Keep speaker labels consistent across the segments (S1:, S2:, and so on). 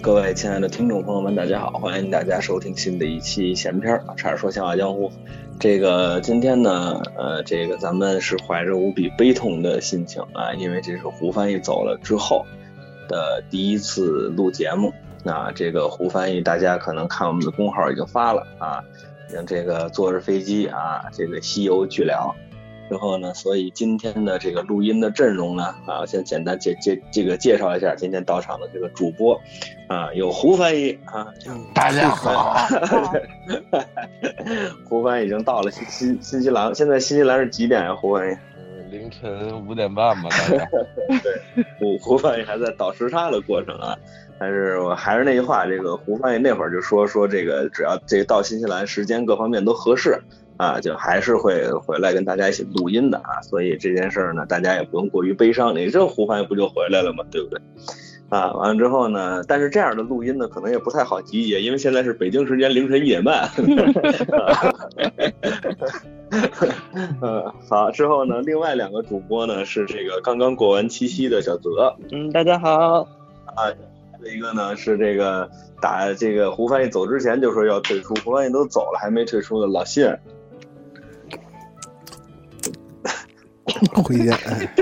S1: 各位亲爱的听众朋友们，大家好！欢迎大家收听新的一期闲篇儿，啊差点说笑话江湖。这个今天呢，呃，这个咱们是怀着无比悲痛的心情啊，因为这是胡翻译走了之后的第一次录节目。那这个胡翻译，大家可能看我们的公号已经发了啊，已经这个坐着飞机啊，这个西游巨聊。之后呢，所以今天的这个录音的阵容呢，啊，我先简单介介这个介绍一下今天到场的这个主播，啊，有胡翻译啊，
S2: 大家好，
S1: 胡翻译已经到了新新新西兰，现在新西兰是几点呀、胡翻译，
S2: 凌晨五点半吧，大家。
S1: 胡胡翻译还在倒时差的过程啊，但是我还是那句话，这个胡翻译那会儿就说说这个只要这个到新西兰时间各方面都合适，啊，就还是会回来跟大家一起录音的啊，所以这件事儿呢，大家也不用过于悲伤。你这胡翻不就回来了吗？对不对？啊，完了之后呢，但是这样的录音呢，可能也不太好集结，因为现在是北京时间凌晨一点半。 呃，好，之后呢，另外两个主播呢是这个刚刚过完七夕的小泽，啊
S3: 嗯，大家好，
S1: 一个呢是这个打这个胡翻译走之前就说要退出，胡翻译都走了还没退出的老信儿，
S4: 回见，哎，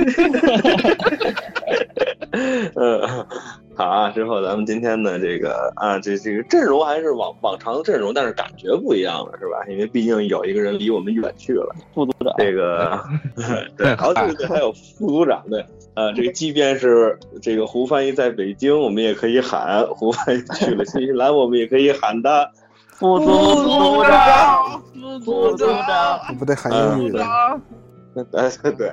S1: 嗯， 好啊，之后咱们今天呢，这个啊，这这个阵容还是往往常的阵容，但是感觉不一样了，是吧？因为毕竟有一个人离我们远去了，
S3: 副组长，
S1: 这 个 对，然后对对对，还有副组长对，啊，这个即便是这个胡翻译在北京，我们也可以喊胡翻译去了新西兰，我们也可以喊他
S3: 副组长，副组长，
S4: 我不得喊英语的，
S1: 呃，对，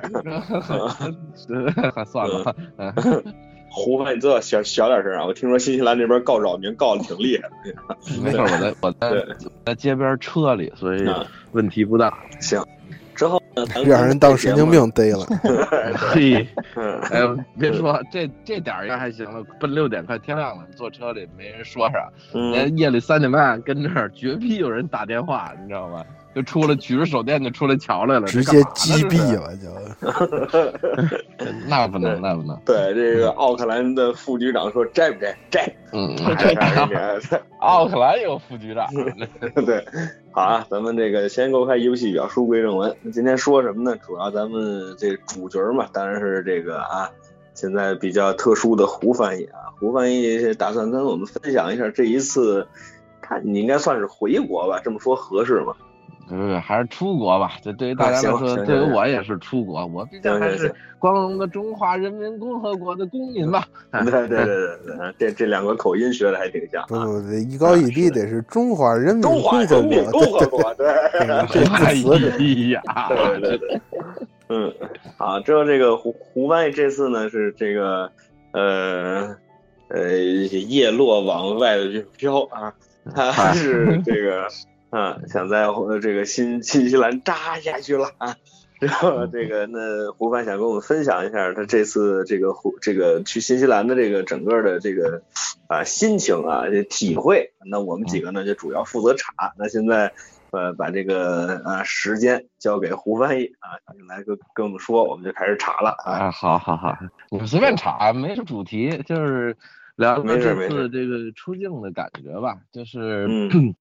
S2: 算了，
S1: 胡翻译知道小小点声啊，我听说新西兰这边告扰民告的挺厉害的。
S2: 没事，我在我在在街边车里，所以问题不大。
S1: 之后呢，咱们
S4: 让人当神经病逮了。
S2: 嘿，
S1: 嗯。
S2: 哎呦，别说这这点儿应该还行了，奔六点快天亮了，坐车里没人说啥。
S1: 嗯，
S2: 连夜里三点半跟这儿绝逼有人打电话，你知道吗？就出来举着手电就出来瞧来了，
S4: 直接击
S2: 这干嘛
S4: 毙
S2: 呢
S4: 了就，
S2: 这是。那不能，那不能。
S1: 对，这个奥克兰的副局长说摘不摘？摘，
S2: 嗯，
S1: 摘啥意思？
S2: 奥克兰有副 局长。
S1: 对，好啊，咱们这个先勾开一部戏表，书归正文。今天说什么呢？主要咱们这主角嘛，当然是这个啊，现在比较特殊的胡翻译啊。胡翻译是打算跟我们分享一下这一次，他你应该算是回国吧？这么说合适吗？
S2: 不是，还是出国吧。这对于大家来
S1: 哎行
S2: 说，
S1: 行
S2: 对
S1: 行
S2: 于我也是出国。我毕
S1: 行
S2: 竟还
S1: 行
S2: 是
S1: 行
S2: 光荣的中华人民共和国的公 民吧。
S1: 对对对对对，这这两个口音学的还挺像
S4: 不
S1: 啊。
S4: 不不，一高一低得是中华人民
S1: 中
S4: 共
S1: 华
S4: 和
S1: 人民共
S4: 国，
S1: 和国，对。
S4: 这
S2: 哎
S4: 词是
S2: 呀，
S1: 对对对，嗯，好，之后这个胡胡翻译这次呢是这个呃呃叶落往外飘啊， 他是这个啊想在这个新新西兰扎下去了啊。然后这个，那胡帆想跟我们分享一下他这次这个胡这个去新西兰的这个整个的这个啊心情啊这体会。那我们几个呢就主要负责查。那现在呃把这个啊时间交给胡翻译啊，来跟跟我们说，我们就开始查了啊。
S2: 啊，好好好，你们随便查，没什么主题，就是聊聊
S1: 没事没事
S2: 这次这个出境的感觉吧。就是，
S1: 嗯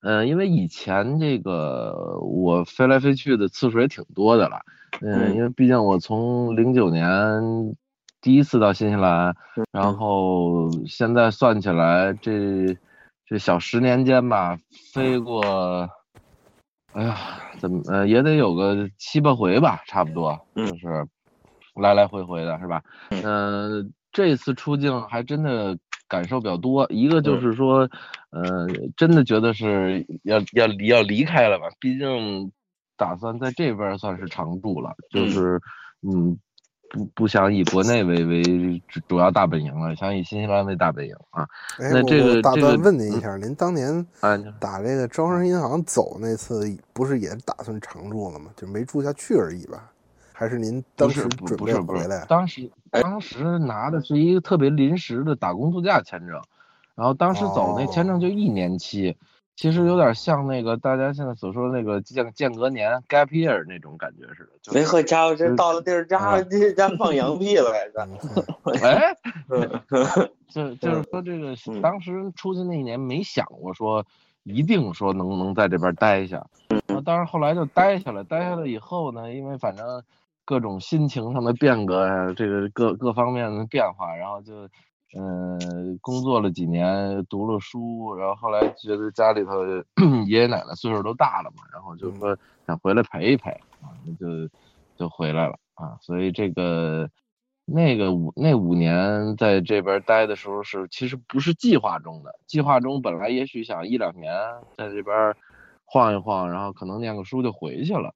S2: 呃，因为以前这个我飞来飞去的次数也挺多的了，
S1: 嗯
S2: 嗯，因为毕竟我从零九年第一次到新西兰，然后现在算起来这这小十年间吧，飞过，哎呀，怎么呃也得有个七八回吧，差不多，
S1: 嗯
S2: 就是来来回回的是吧？
S1: 嗯
S2: 呃，这次出境还真的感受比较多，一个就
S1: 嗯
S2: 是说，呃，真的觉得是要要离要离开了吧，毕竟打算在这边儿算是常住了，就
S1: 嗯
S2: 是嗯。不不想以国内为为主主要大本营了，想以新西兰为大本营啊！
S4: 哎，
S2: 那
S4: 我
S2: 这个
S4: 我打
S2: 这
S4: 算
S2: 个
S4: 问您一下，您当年
S2: 啊，你说
S4: 打这个招商银行走那次，不是也打算常住了吗？就没住下去而已吧？还是您当
S2: 不是
S4: 时
S2: 不
S4: 准
S2: 不
S4: 备
S2: 是不
S4: 回
S2: 是
S4: 来？哎
S2: 当时当时拿的是一
S4: 哦
S2: 个特别临时的打工度假签证，然后当时走那签证就一年期，其实有点像那个大家现在所说的那个间间隔年 gap year 那种感觉似的。就是
S1: 没喝家伙，这到了地儿家
S2: 啊
S1: 这家放羊屁了，还是？
S2: 哎，
S1: 嗯
S2: 就就是说这个
S1: 嗯
S2: 当时出去那一年没想过说一定说能能在这边待下，啊，当然后来就待下来，待下来以后呢，因为反正各种心情上的变革呀，这个各各方面的变化，然后就。嗯，工作了几年，读了书，然后后来觉得家里头 爷爷奶奶岁数都大了嘛，然
S1: 嗯
S2: 后就说想回来陪一陪啊，那就就回来了啊。所以这个那个五那五年在这边待的时候是其实不是计划中的，计划中本来也许想一两年在这边晃一晃，然后可能念个书就回去了，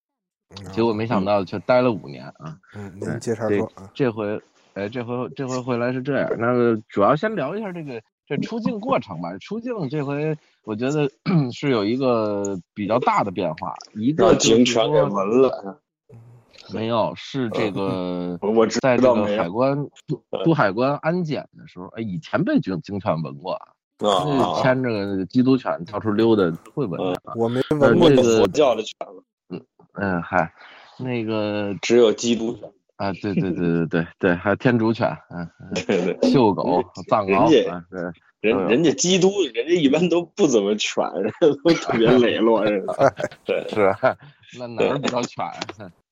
S2: 结果没想到却待了五年啊。
S4: 嗯，您接茬
S2: 这
S4: 说啊，
S2: 这回，哎，这回这回回来是这样。那个主要先聊一下这个这出境过程吧。出境这回我觉得 是有一个比较大的变化，一个
S1: 让
S2: 就是
S1: 警全给
S2: 说
S1: 闻了。
S2: 没有，是这个
S1: 我知
S2: 在这
S1: 道
S2: 个
S1: 没有
S4: 啊
S2: 海关出出海关安检的时候，哎，以前被警警犬闻过啊，
S1: 啊
S2: 那，牵着个缉毒犬到处溜达会闻见啊。
S4: 我没
S2: 呃
S4: 闻过
S2: 这
S1: 那
S2: 个
S1: 佛教的犬了
S2: 嗯，嗨，那个
S1: 只有基督犬，
S2: 啊，对对对对对对，还有天竺犬，嗯，
S1: 对对，
S2: 秀狗、藏獒
S1: 人，家
S2: 啊，对。
S1: 人
S2: 嗯
S1: 人家基督，人家一般都不怎么犬，人家 都特别磊落，人 家对，
S2: 是，那哪儿比较犬？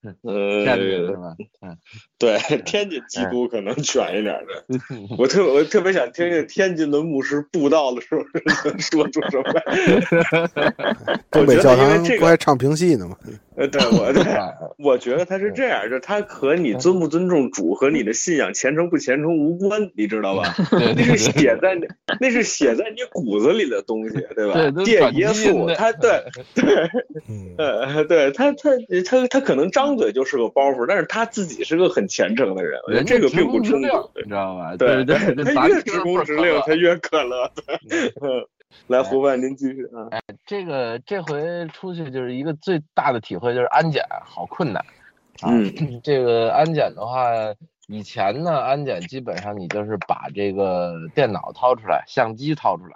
S2: 天津是
S1: 呃，
S2: 吧？
S1: 对，天津基督可能犬一点儿的。
S2: 嗯
S1: 我特我特别想听听天津的牧师布道的时候能说出什么来。
S4: 东北教
S1: 我觉得因
S4: 堂
S1: 为这个
S4: 不爱唱评戏呢吗？
S1: 呃，对我对，
S2: 哎
S1: 我觉得他是这样，就是他和你尊不尊重主和你的信仰虔诚不虔诚无关，你知道吧？
S2: 对
S1: 那
S2: 对
S1: 是
S2: 对
S1: 写在你那是写在你骨子里的东西，对吧？
S2: 对都
S1: 借
S2: 转基
S1: 耶
S2: 因
S1: 稣，
S2: 的
S1: 他对
S4: 嗯，
S1: 呃，对他，他他他可能张嘴就是个包袱，但是他自己是个很虔诚的人，我觉得
S2: 人家
S1: 这个
S2: 直
S1: 并不
S2: 工直
S1: 冲
S2: 令
S1: 突。
S2: 你知道吧？
S1: 对
S2: 对对，
S1: 他
S2: 咱
S1: 越直
S2: 听着倍
S1: 工
S2: 儿
S1: 直
S2: 可
S1: 令，
S2: 乐
S1: 他越可乐。 嗯来，胡万，您继续啊。
S2: 这个这回出去就是一个最大的体会，就是安检好困难。啊
S1: 嗯，
S2: 这个安检的话，以前呢，安检基本上你就是把这个电脑掏出来，相机掏出来，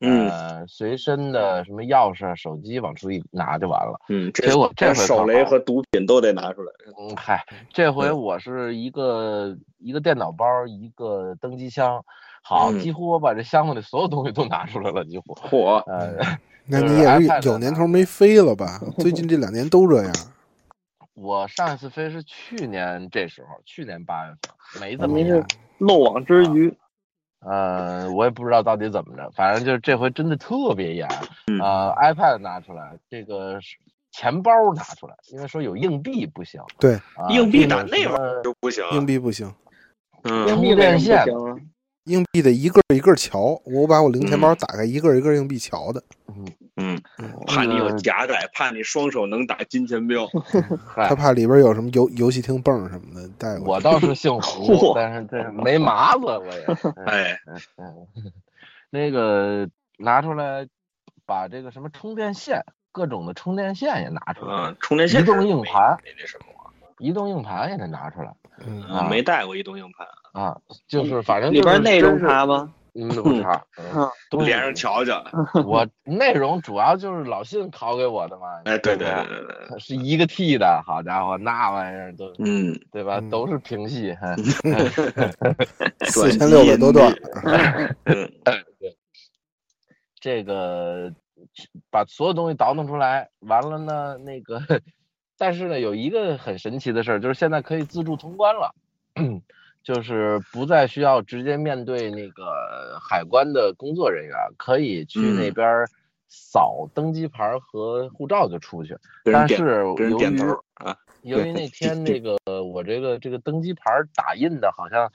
S1: 嗯
S2: 呃，随身的什么钥匙、手机往出一拿就完了。
S1: 嗯，
S2: 结果这
S1: 这
S2: 回
S1: 手
S2: 可
S1: 雷
S2: 好
S1: 和毒品都得拿出来。
S2: 嗯，嗨，这回
S1: 嗯
S2: 我是一个一个电脑包，一个登机箱，好，
S1: 嗯
S2: 几乎我把这箱子里所有东西都拿出来了，几乎。
S1: 嚯，
S2: 呃，
S4: 那
S2: 就是
S4: 你也是
S2: iPad
S4: 有
S2: 啊
S4: 年头没飞了吧？最近这两年都这样。
S2: 我上一次飞是去年这时候，去年八月份，没怎么
S4: 没
S2: 样。
S4: 事，
S3: 漏网之
S5: 啊
S3: 鱼，
S2: 呃，我也不知道到底怎么着，反正就是这回真的特别严。
S1: 嗯
S2: 呃，iPad 拿出来，这个是钱包拿出来，因为说有硬币不行。
S4: 对
S2: 啊，
S1: 硬币
S2: 这个
S1: 打那
S2: 什
S1: 玩
S2: 么
S1: 就不行
S4: 硬币不行，
S1: 嗯
S2: 硬币变现
S5: 啊
S4: 硬币得一个一个瞧。我把我零钱
S2: 嗯
S4: 包打开，一个一个硬币瞧的。
S1: 嗯，
S2: 这
S1: 怕你有
S2: 个
S1: 夹带，怕你双手能打金钱镖。
S2: 嗯嗨
S4: 他怕里边有什么游游戏厅泵什么的带过
S2: 哎我
S4: 去。
S2: 倒是姓
S3: 嚯
S2: 胡，但是这没麻子，我也。嗯
S1: 哎，
S2: 那个拿出来，把这个什么充电线，各种的充电线也拿出来，
S1: 嗯，充电线
S2: 移动硬盘
S1: 没那什么
S2: 移动硬盘也得拿出来
S4: 嗯，
S1: 啊，
S2: 啊
S1: 没带过移动硬盘，
S2: 啊，就是反正
S3: 里边内容
S2: 差，
S3: 查吗？
S2: 嗯，不差，嗯东西
S1: 连上瞧瞧。
S2: 我内容主要就是老信拷给我的嘛，
S1: 哎，对对
S2: 不
S1: 对对对，
S2: 是一个 T 的，好家伙，那玩意儿都
S1: 嗯，
S2: 对吧，都是 平戏， 嘿
S4: 四千六百多段。
S2: 这个把所有东西倒腾出来，完了呢，那个，但是呢，有一个很神奇的事儿，就是现在可以自助通关了， 就是不再需要直接面对那个海关的工作人员，可以去那
S1: 嗯
S2: 边儿扫登机牌儿和护照就出去。
S1: 给人
S2: 但
S1: 点
S2: 是
S1: 给人
S2: 由
S1: 点
S2: 于
S1: 头啊，
S2: 由于那天那个我这个这个登机牌儿打印的好像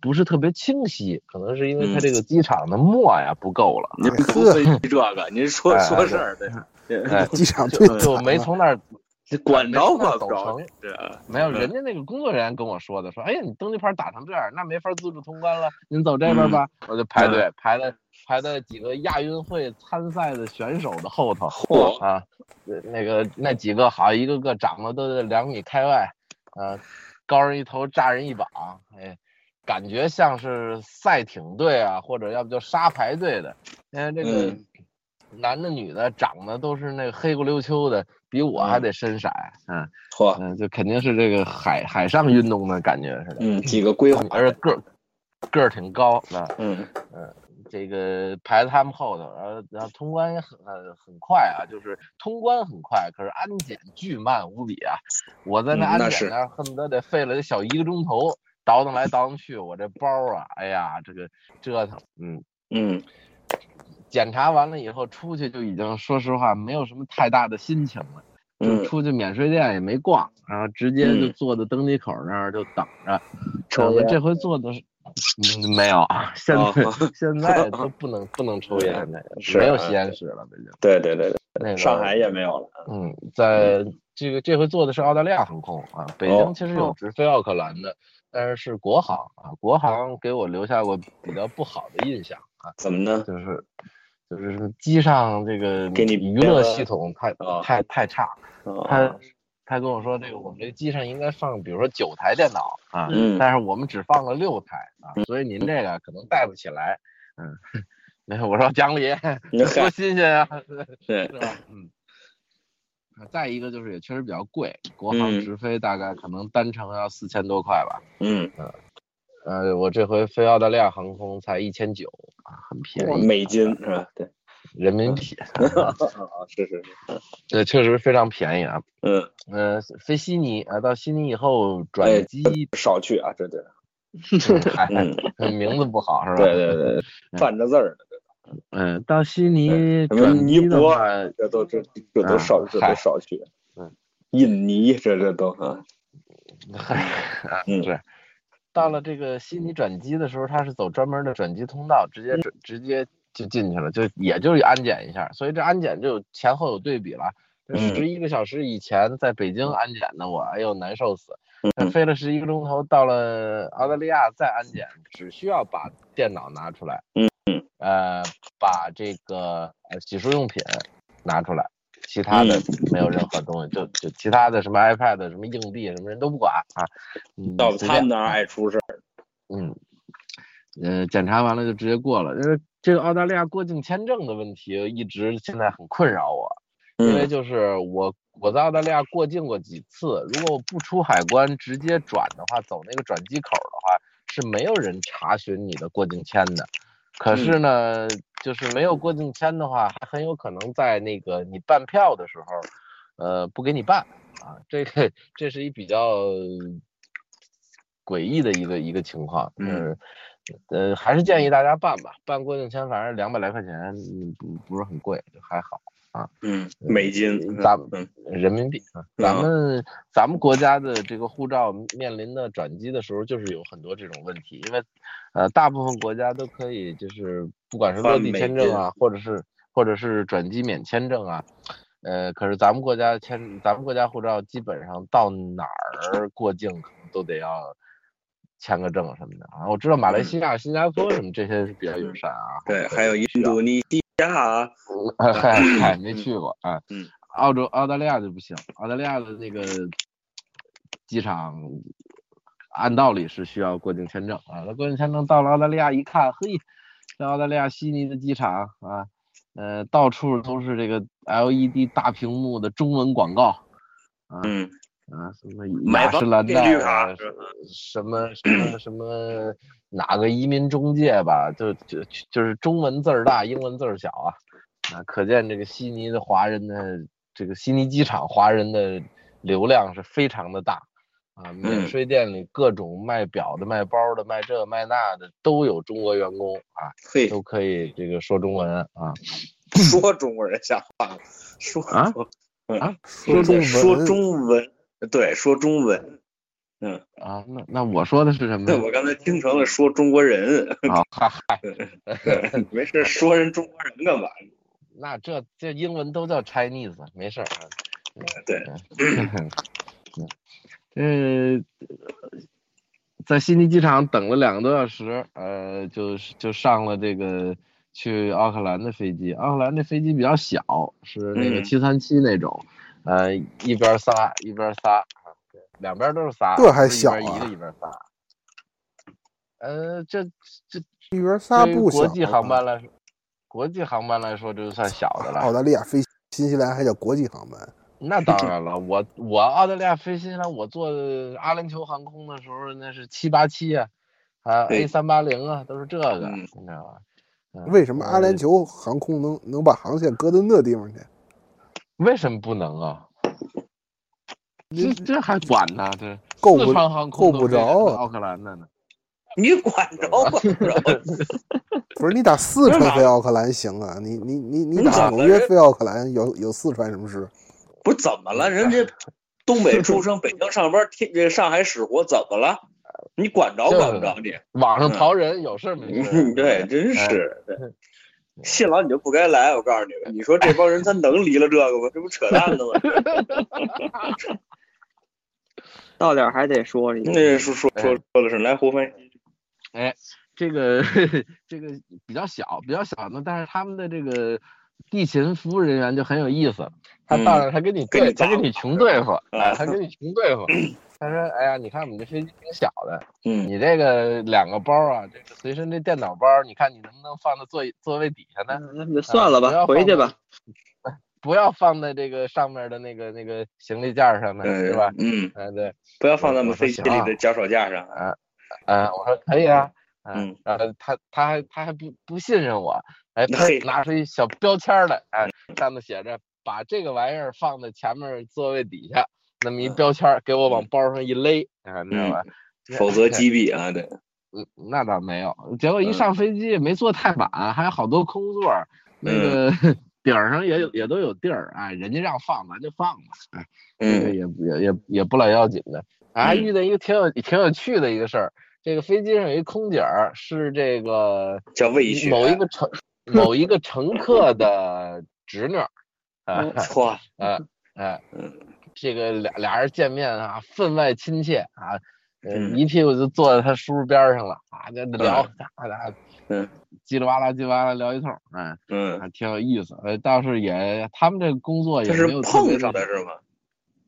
S2: 不是特别清晰，可能是因为
S1: 嗯
S2: 它这个机场的墨呀不够了。
S1: 您不
S4: 呵
S1: 分析这个，您说
S2: 哎
S1: 说事儿对，
S2: 哎
S4: 机场最
S2: 就
S4: 惨
S2: 就没
S4: 了
S2: 从那儿
S1: 管着
S2: 没从那
S1: 管不
S2: 儿走
S1: 着
S2: 成，
S1: 对啊，
S2: 没有
S1: 嗯
S2: 人家那个工作人员跟我说的，说哎呀你登机牌打成这样，那没法自助通关了，您走这边
S1: 嗯
S2: 吧，我就排队排在排在几个亚运会参赛的选手的后头
S1: 嚯
S2: 啊，呃那个那几个好一个个长得都得两米开外，啊，高人一头炸人一膀，哎，感觉像是赛艇队啊，或者要不就沙排队的，因为这个。
S1: 嗯
S2: 男的女的长得都是那个黑不溜秋的，比我还得深色，嗯
S1: 嚯，
S2: 嗯，就肯定是这个海海上运动的感觉似的，
S1: 嗯，几个规划，
S2: 而且个儿个儿挺高啊，
S1: 嗯
S2: 这个排在他们后头，然后然后通关也很很很快啊，就是通关很快，可是安检巨慢无比啊！我在那
S1: 嗯那
S2: 安
S1: 是
S2: 检那儿恨不得得费了得小一个钟头，倒腾来倒腾去，我这包啊，哎呀，这个折腾，嗯，
S1: 嗯
S2: 检查完了以后出去就已经说实话没有什么太大的心情了，就
S1: 嗯，
S2: 出去免税店也没逛，然后直接就
S1: 嗯
S2: 坐在登机口那儿就等着。
S1: 抽
S2: 我
S1: 烟
S2: 这回坐的 是。嗯，没有， 现在、
S1: 哦
S2: 现在都不能不能抽烟了，
S1: 是
S2: 没有
S1: 啊
S2: 吸烟室了，这就
S1: 对对对对，
S2: 那个
S1: 上海也没有了，
S2: 嗯，在这个这回坐的是澳大利亚航空啊，北
S1: 哦
S2: 京其实有直飞奥克兰的，但是是国航啊，国航给我留下过比较不好的印象啊，
S1: 怎么呢？
S2: 就是就是什么机上这个
S1: 给你
S2: 娱乐系统太
S1: 啊
S2: 太太差，他
S1: 哦
S2: 他跟我说这个我们这机上应该放比如说九台电脑啊，
S1: 嗯
S2: 但是我们只放了六台啊，所以您这个可能带不起来，嗯， 没有，我说讲理，多
S1: 嗨
S2: 新鲜啊！
S1: 对，
S2: 是吧？嗯。啊再一个就是也确实比较贵，国航
S1: 嗯
S2: 直飞大概可能单程要四千多块吧。
S1: 嗯，
S2: 呃，我这回飞澳大利亚航空才一千九啊，很便宜，
S1: 美金嗯是吧？对，
S2: 人民币，
S1: 啊是是是，
S2: 呃，确实非常便宜啊。
S1: 嗯，
S2: 呃，飞悉尼啊，到悉尼以后
S1: 哎
S2: 转机，
S1: 少去啊，这对，嗯，
S2: 哎 名字不好是吧？
S1: 对对对，泛着字儿的，
S2: 嗯，到悉尼
S1: 什么
S2: 转
S1: 尼
S2: 机的
S1: 泊
S2: 话，
S1: 尔，这都这这都少这都少去，
S2: 嗯，
S1: 印尼这这都啊，
S2: 啊
S1: 嗯
S2: 是。到了这个悉尼转机的时候，它是走专门的转机通道，直接转直接就进去了，就也就是安检一下，所以这安检就有前后有对比了。这
S1: 嗯
S2: 十一个小时以前在北京安检的我，哎呦难受死！
S1: 嗯
S2: 飞了十一个钟头，到了澳大利亚再安检，只需要把电脑拿出来，
S1: 嗯嗯，
S2: 呃，把这个呃洗漱用品拿出来，其他的
S1: 嗯
S2: 没有任何东西，就就其他的什么 iPad、什么硬币什么人都不管啊。嗯
S1: 到了
S2: 随
S1: 他们那
S2: 便
S1: 儿爱出事儿，
S2: 嗯，呃，检查完了就直接过了。因为这个澳大利亚过境签证的问题一直现在很困扰我，因为
S1: 嗯
S2: 就是我我在澳大利亚过境过几次，如果我不出海关直接转的话，走那个转机口的话，是没有人查询你的过境签的。可是
S1: 嗯
S2: 呢，就是没有过境签的话，还很有可能在那个你办票的时候，呃，不给你办啊。这个这是一比较诡异的一个一个情况，
S1: 嗯
S2: 就是呃，还是建议大家办吧，办过境签反正两百来块钱，嗯不不是很贵，就还好。
S1: 嗯，美金，
S2: 咱们
S1: 嗯
S2: 人民币啊，
S1: 嗯
S2: 咱们咱们国家的这个护照面临的转机的时候，就是有很多这种问题，因为呃，大部分国家都可以就是不管是落
S1: 换
S2: 地
S1: 美
S2: 签证啊，或者是或者是转机免签证啊，呃，可是咱们国家签咱们国家护照基本上到哪儿过境可能都得要。签个证什么的啊，我知道马来西亚、新加坡什么这些是比较友善啊。
S1: 对，还有印度尼西亚啊，
S2: 嗨嗨嗨，没去过啊。
S1: 嗯，
S2: 澳洲、澳大利亚就不行，澳大利亚的那个机场，按道理是需要过境签证啊。那过境签证到了澳大利亚一看，嘿，在澳大利亚悉尼的机场啊，呃，到处都是这个 LED 大屏幕的中文广告
S1: 嗯，
S2: 啊，什么
S1: 买
S2: 雅
S1: 房
S2: 诗兰
S1: 配
S2: 黛
S1: 绿卡
S2: 啊，什么什么什么哪个移民中介吧，就就就是中文字儿大，英文字儿小啊。啊，可见这个悉尼的华人的这个悉尼机场华人的流量是非常的大啊！免
S1: 嗯
S2: 税店里各种卖表的、卖包的、卖这卖那的都有中国员工啊，
S1: 嘿，
S2: 都可以这个说中文啊。
S1: 说中国人瞎话了，说
S2: 啊啊
S1: 说
S4: 中文
S1: 说中文，对，说中文。
S2: 啊，那那我说的是 什么
S1: 对
S2: 呀？
S1: 我刚才听成了说中国 人，
S2: 啊，哈哈，
S1: 没事说人中国人干嘛？
S2: 那这这英文都叫 Chinese，没事儿啊。
S1: 对，
S2: 嗯，在悉尼机场等了两个多小时，呃，就是就上了这个去奥克兰的飞机。奥克兰这飞机比较小，是那个
S1: 嗯
S2: 七三七那种，呃，一边仨一边仨，啊对两边都是仨，
S4: 这还
S2: 不是一边
S4: 小啊
S2: 一个一边仨。呃，这这
S4: 一边仨
S2: 对于
S4: 不小，
S2: 国际航班来说，国际航班来说，这就算小的了。
S4: 澳大利亚飞新西兰还叫国际航班？
S2: 那 当然了，我我澳大利亚飞新西兰，我坐阿联酋航空的时候，那是七八七啊，啊 A 三八零啊，都是这个，
S1: 嗯
S2: 你知道吧？嗯
S4: 为什么阿联酋航空能能把航线搁到那地方去？
S2: 为什么不能啊？这这还管呢？这
S4: 够
S2: 四
S4: 不
S2: 川航空
S4: 够不
S2: 都飞
S4: 着啊
S2: 奥克兰的呢？
S1: 你管着 管着，
S4: 不是你打四川飞奥克兰行啊？你你你你打纽约飞奥克兰有有四川什么事？？
S1: 不是怎么
S2: 嗯
S1: 了？人家东北出 生，北京上班，天这上海使活，怎么了？你管着管不着你？
S2: 网上淘人有事儿没事儿？
S1: 嗯，对，真是。
S2: 哎
S1: 对信老你就不该来，我告诉
S2: 嗯
S1: 你，你说这帮人他能离了这个吗？这不扯淡呢 吗？嗯
S5: 到点儿还得说一个，
S1: 那说说说
S2: 哎
S1: 说的是来胡飞，
S2: 这个 这个比较小，比较小呢，但是他们的这个地勤服务人员就很有意思，他
S1: 嗯
S2: 到那儿他跟你
S1: 跟
S2: 对，
S1: 你
S2: 他
S1: 打
S2: 跟你穷对付，哎，
S1: 啊
S2: 他跟你穷对付，他说，哎呀，你看我们这飞机挺小的，
S1: 嗯
S2: 你这个两个包啊，这个随身这电脑包，你看你能不能放到座椅座位底下呢？
S5: 那就算了
S2: 啊不要放
S5: 吧，回去吧。
S2: 不要放在这个上面的那个那个行李架上面，
S1: 对
S2: 是吧？啊
S1: 嗯，
S2: 嗯，对，
S1: 不要放在我们飞机里的脚手架上。
S2: 嗯，我说可以啊，
S1: 嗯，
S2: 然后他他还他还不不信任我，哎，他
S1: 嘿
S2: 拿出一小标签儿来，哎，
S1: 嗯
S2: 上头写着把这个玩意儿放在前面座位底下，那么一
S1: 嗯
S2: 标签儿给我往包上一勒，啊，你知道吧？
S1: 否则击毙啊！对，
S2: 嗯，那倒没有。结果一
S1: 嗯
S2: 上飞机也没坐太满，还有好多空座儿，那
S1: 嗯
S2: 个顶儿上也有也都有地儿，哎，人家让放咱就放吧，哎，这个
S1: 嗯
S2: 也也也也不老要紧的。哎还
S1: 嗯
S2: 遇到一个挺有挺有趣的一个事儿，这个飞机上有一空姐儿是这个
S1: 叫魏雪。
S2: 某一 个乘某一个乘客的侄女儿，啊
S5: 嗯
S1: 错，
S2: 啊啊
S1: 嗯，
S2: 这个俩俩人见面啊，分外亲切啊，呃
S1: 嗯
S2: 一屁股就坐在他叔叔边上了啊，就聊，啊啊，
S1: 嗯，
S2: 叽里哇啦叽里哇啦聊一通，哎，
S1: 嗯，
S2: 还挺有意思，呃，倒是也他们这个工作哎也
S1: 他
S2: 没
S1: 是
S2: 有特
S1: 碰
S2: 别
S1: 上的，是吗？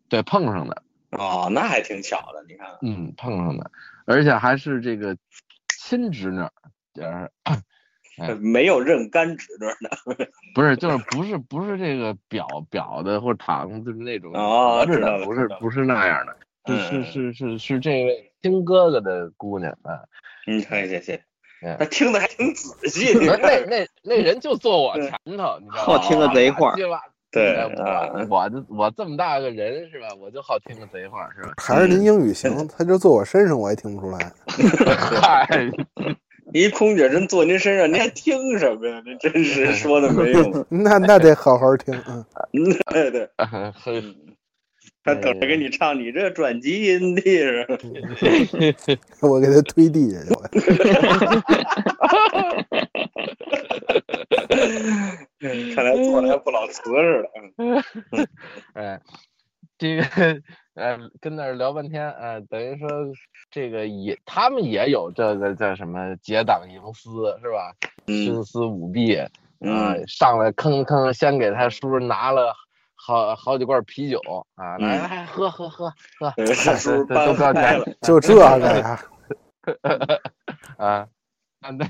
S2: 对，碰上的，
S1: 哦，那还挺巧的，你看，
S2: 嗯，碰上的，而且还是这个亲侄女儿，呃就是嗯
S1: 没有认干侄女呢。
S2: 不是，就是不是不是这个表表的或者堂就是那种
S1: 哦
S2: 合着
S1: 知道了
S2: 的，不是
S1: 知道了
S2: 不是那样的，是
S1: 嗯
S2: 是是是是这位亲哥哥的姑娘 啊，
S1: 嗯，谢谢谢
S2: 嗯。
S1: 他听的还挺仔细，你
S2: 那
S1: 看
S2: 那那那人就坐我前头，你知道
S5: 好
S2: 吗？
S5: 听个贼话
S2: 啊，叽哇
S1: 嗯对
S2: 哎
S1: 啊，
S2: 我我这我这么大个人是吧？我就好听个贼话是吧
S4: 还是您英语行？他就坐我身上我也听不出来。
S2: 嗨，
S1: 一空姐真坐您身上，您还听什么呀？这真 是说的没用。
S4: 那那得好好听啊！
S1: 嗯，对对，
S2: 很
S1: 他等
S2: 哎
S1: 着给你唱你这转基因的是吧
S4: 嗯我给他推地下去了。
S1: 看来做的还不老瓷实啊的。
S2: 哎，这个呃，跟那儿聊半天，呃，等于说这个也他们也有这个叫什么结党营私是吧？
S1: 嗯
S2: 徇私舞弊啊、
S1: 嗯
S2: 上来吭吭，先给他叔叔拿了好好几罐啤酒啊，来
S1: 嗯
S2: 来来喝喝喝喝，
S1: 嗯，大叔搬
S2: 都高
S1: 开
S2: 钱
S1: 了，
S4: 就这个呀，
S2: 啊，那那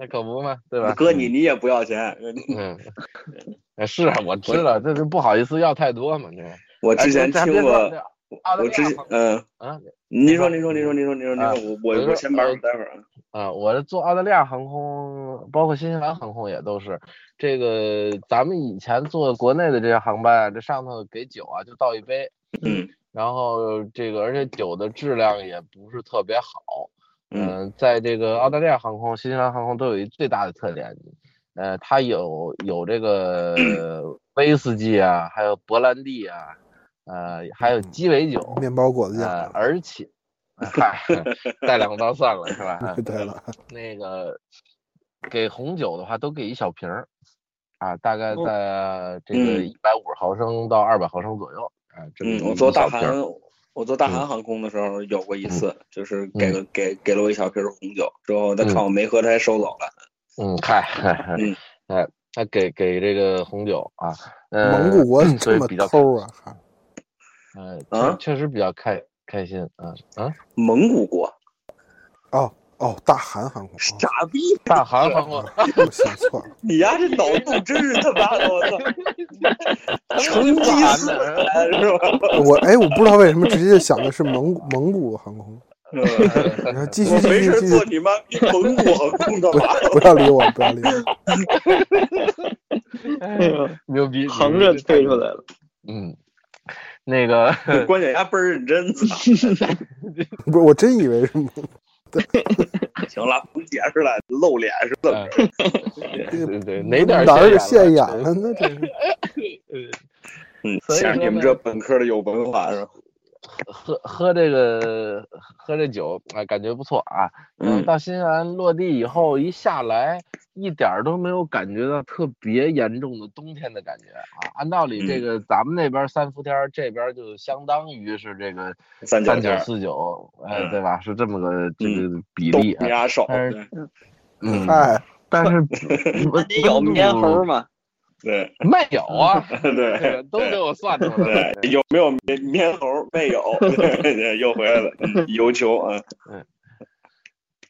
S2: 那可不嘛，对吧？
S1: 哥你你也不要钱。
S2: 嗯，哎是啊，我知道，这就不好意思要太多嘛，这个。
S1: 我之前
S2: 哎
S1: 听过，，我之前
S2: 前
S1: 嗯，
S2: 啊
S1: 您说您说您说您说您说您说，我我我先玩会儿，待会儿啊。
S2: 啊，我是做澳大利亚航空，包括新西兰航空也都是。这个咱们以前坐国内的这些航班啊，这上头给酒啊就倒一杯，
S1: 嗯
S2: 然后这个而且酒的质量也不是特别好。
S1: 嗯
S2: 嗯，在这个澳大利亚航空、新西兰航空都有一最大的特点，呃，它有有这个 威士忌啊，还有勃兰地啊，呃，还
S1: 嗯
S2: 有鸡尾酒，
S4: 面包果子
S2: 呃
S4: 酱，。
S2: 而且，嗨，带两刀算了是吧？啊
S4: 对了，
S2: 那个给红酒的话，都给一小瓶儿，啊，大概
S5: 哦
S2: 在这个
S1: 嗯
S2: 一百五十毫升到二百毫升左右，啊，这么
S1: 嗯，
S2: 一
S1: 我坐大
S2: 小瓶
S1: 韩
S2: 儿，
S1: 我坐大韩航空的时候有过一次，就是给了给给了我一小瓶儿红酒，之后他看我没喝，他还收走了。
S2: 嗯，嗨，
S1: 嗯
S2: 哎，他给给这个红酒啊，呃，
S4: 蒙古国
S2: 所
S4: 这
S2: 以
S4: 么
S2: 比较
S4: 抠啊！哈
S2: 呃，
S1: 啊
S2: 确确实比较开开心啊啊，
S1: 蒙古国，
S4: 哦，哦，大韩航空，
S1: 傻逼！
S2: 大韩航空
S4: 哦，我想错了，
S1: 你丫这脑洞真是他妈的，我操！ 成吉思汗是吧？
S4: 我哎，我不知道为什么直接想的是蒙古蒙古航空，
S1: 嗯
S4: 然后继续
S1: 我
S4: 继
S1: 没
S4: 续
S1: 事
S4: 继
S1: 做
S4: 续，
S1: 你妈逼蒙古航空干
S4: 不
S1: 嘛？
S4: 不要理我，不要理我，
S2: 哎牛逼，
S5: 哎 横着推出来了，
S2: 嗯，那个
S1: 关键丫倍儿认真，操！
S4: 不是，我真以为是蒙
S1: 行了，不解释了，露脸是怎么？
S2: 哎对对 对，哪点儿
S4: 哪儿有
S2: 现
S4: 现
S2: 眼
S4: 眼
S2: 了？
S4: 了呢？这是
S2: 呃
S1: 嗯，
S2: 所以
S1: 显
S2: 说
S1: 示你们
S2: 呢
S1: 这本科的有文化是吧？
S2: 喝喝这个喝这酒啊，感觉不错啊。然后
S1: 嗯
S2: 到新西兰落地以后，一下来一点儿都没有感觉到特别严重的冬天的感觉啊。按道理，这
S1: 嗯
S2: 个咱们那边儿三伏天儿，这边儿就相当于是这个
S1: 三角尖
S2: 三九
S1: 儿
S2: 四九，哎，
S1: 嗯
S2: 对吧？是这么个这
S1: 嗯
S2: 个比
S1: 都
S2: 例啊
S1: 你。丫少，
S2: 但是
S1: 对
S2: 嗯，
S4: 哎，
S2: 但是
S5: 那得有
S2: 嗯
S5: 棉猴
S2: 吗？
S5: 嘛？
S1: 对
S2: 没有啊， 这
S1: 对
S2: 个都给我算出来了。
S1: 对，有没有棉棉猴？没 有， 对又回来了，嗯有球啊，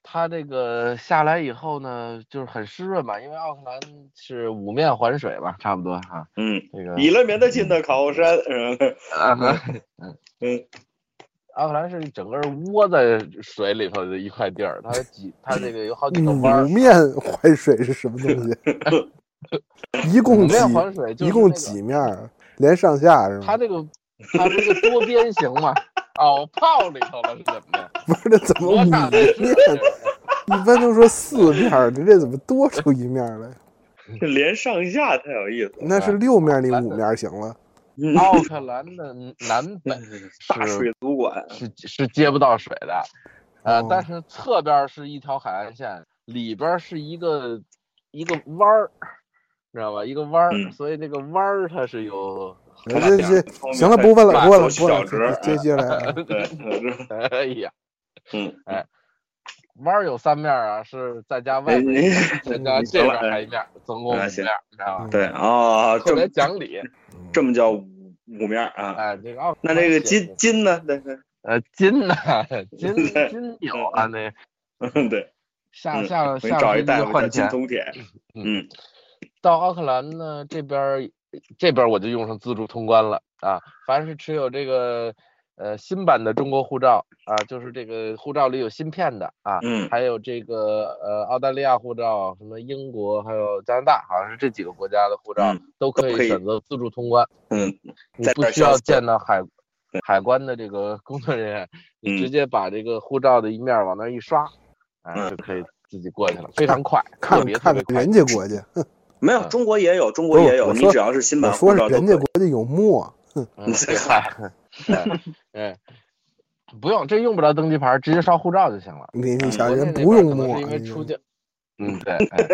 S2: 它这个下来以后呢，就是很湿润嘛，因为奥克兰是五面环水吧，差不多哈、
S1: 嗯。
S2: 这个
S1: 比了免得进的考山，嗯
S2: 啊，嗯，奥克兰是整个窝在水里头的一块地儿，它有几，它这个有好几个弯
S4: 五
S2: 儿。
S4: 面环水是什么东西？ 一
S2: 五
S4: 共几
S2: 面环水就是、那个、
S4: 一共几？面儿？连上下是
S2: 它
S4: 吗？
S2: 这个它不是多边形嘛？哦，泡里头了是怎么的？
S4: 不是，这怎么
S2: 多
S4: 五
S2: 大
S4: 面？
S2: 的水？
S4: 一般都说四面儿，你这怎么多出一面儿来？
S1: 连上下太有意思。
S4: 那
S2: 哎
S4: 是六面儿，你五面儿行了。
S1: 嗯
S4: 哦
S2: 奥克兰的南北
S1: 大水族馆，
S2: 是是接不到水的，呃，
S4: 哦
S2: 但是侧边儿是一条海岸线，里边儿是一个一个弯儿，知道吧？一个弯儿，
S1: 嗯
S2: 所以这个弯儿它是有，
S4: 哎这这行了，不问了，不问了，不
S1: 小
S4: 问了，
S1: 折，
S4: 接接下 来啊。
S1: 对， 是
S2: 哎呀，
S1: 嗯，
S2: 哎弯儿有三面儿啊，是再加外
S1: 哎
S2: 边
S1: 你
S2: 儿，再加这边儿还一面儿，总共五面
S1: 哎
S2: 儿，
S1: 行
S2: 知道吧？
S1: 对啊，
S2: 特
S1: 这
S2: 别
S1: 么
S2: 讲理，
S4: 嗯
S1: 这么叫五五面啊。
S2: 哎，这个奥
S1: 那这个金金呢？对对，
S2: 呃金呢 金金有啊，那
S1: 对，
S2: 下
S1: 嗯
S2: 下
S1: 我给
S2: 下
S1: 你找
S2: 飞
S1: 一
S2: 机
S1: 大夫叫
S2: 换
S1: 金
S2: 钱，
S1: 铜铁，嗯
S2: 到奥克兰呢，这边儿这边儿我就用上自助通关了啊。凡是持有这个呃新版的中国护照啊，就是这个护照里有芯片的啊，
S1: 嗯
S2: 还有这个呃澳大利亚护照、什么英国还有加拿大，好像是这几个国家的护照、
S1: 嗯
S2: 都可
S1: 可以
S2: 以选择自助通关，
S1: 嗯，
S2: 你
S1: 在
S2: 不
S1: 这儿
S2: 需要
S1: 消费
S2: 见到海海关的这个工作人员，你直
S1: 嗯
S2: 接把这个护照的一面儿往那儿一刷，哎、
S1: 嗯
S2: 就可以自己过去了，非常快，特
S4: 看
S2: 别特
S4: 看
S2: 别快。
S4: 人家国家，
S1: 没
S2: 嗯
S1: 有，中国也有，中国也有，你只要是新
S4: 我
S1: 版护
S4: 说是
S1: 照都
S4: 人家国家有墨，
S2: 嗯，对嗨，哎哎，不用，这用不着登机牌，直接刷护照就行了。
S4: 你你
S2: 嗯国
S4: 想
S2: 内
S4: 人
S2: 那
S4: 不
S2: 边
S4: 用
S2: 可能
S4: 墨
S2: 是因，为
S4: 你
S2: 出
S4: 就
S2: 境，嗯， 对，哎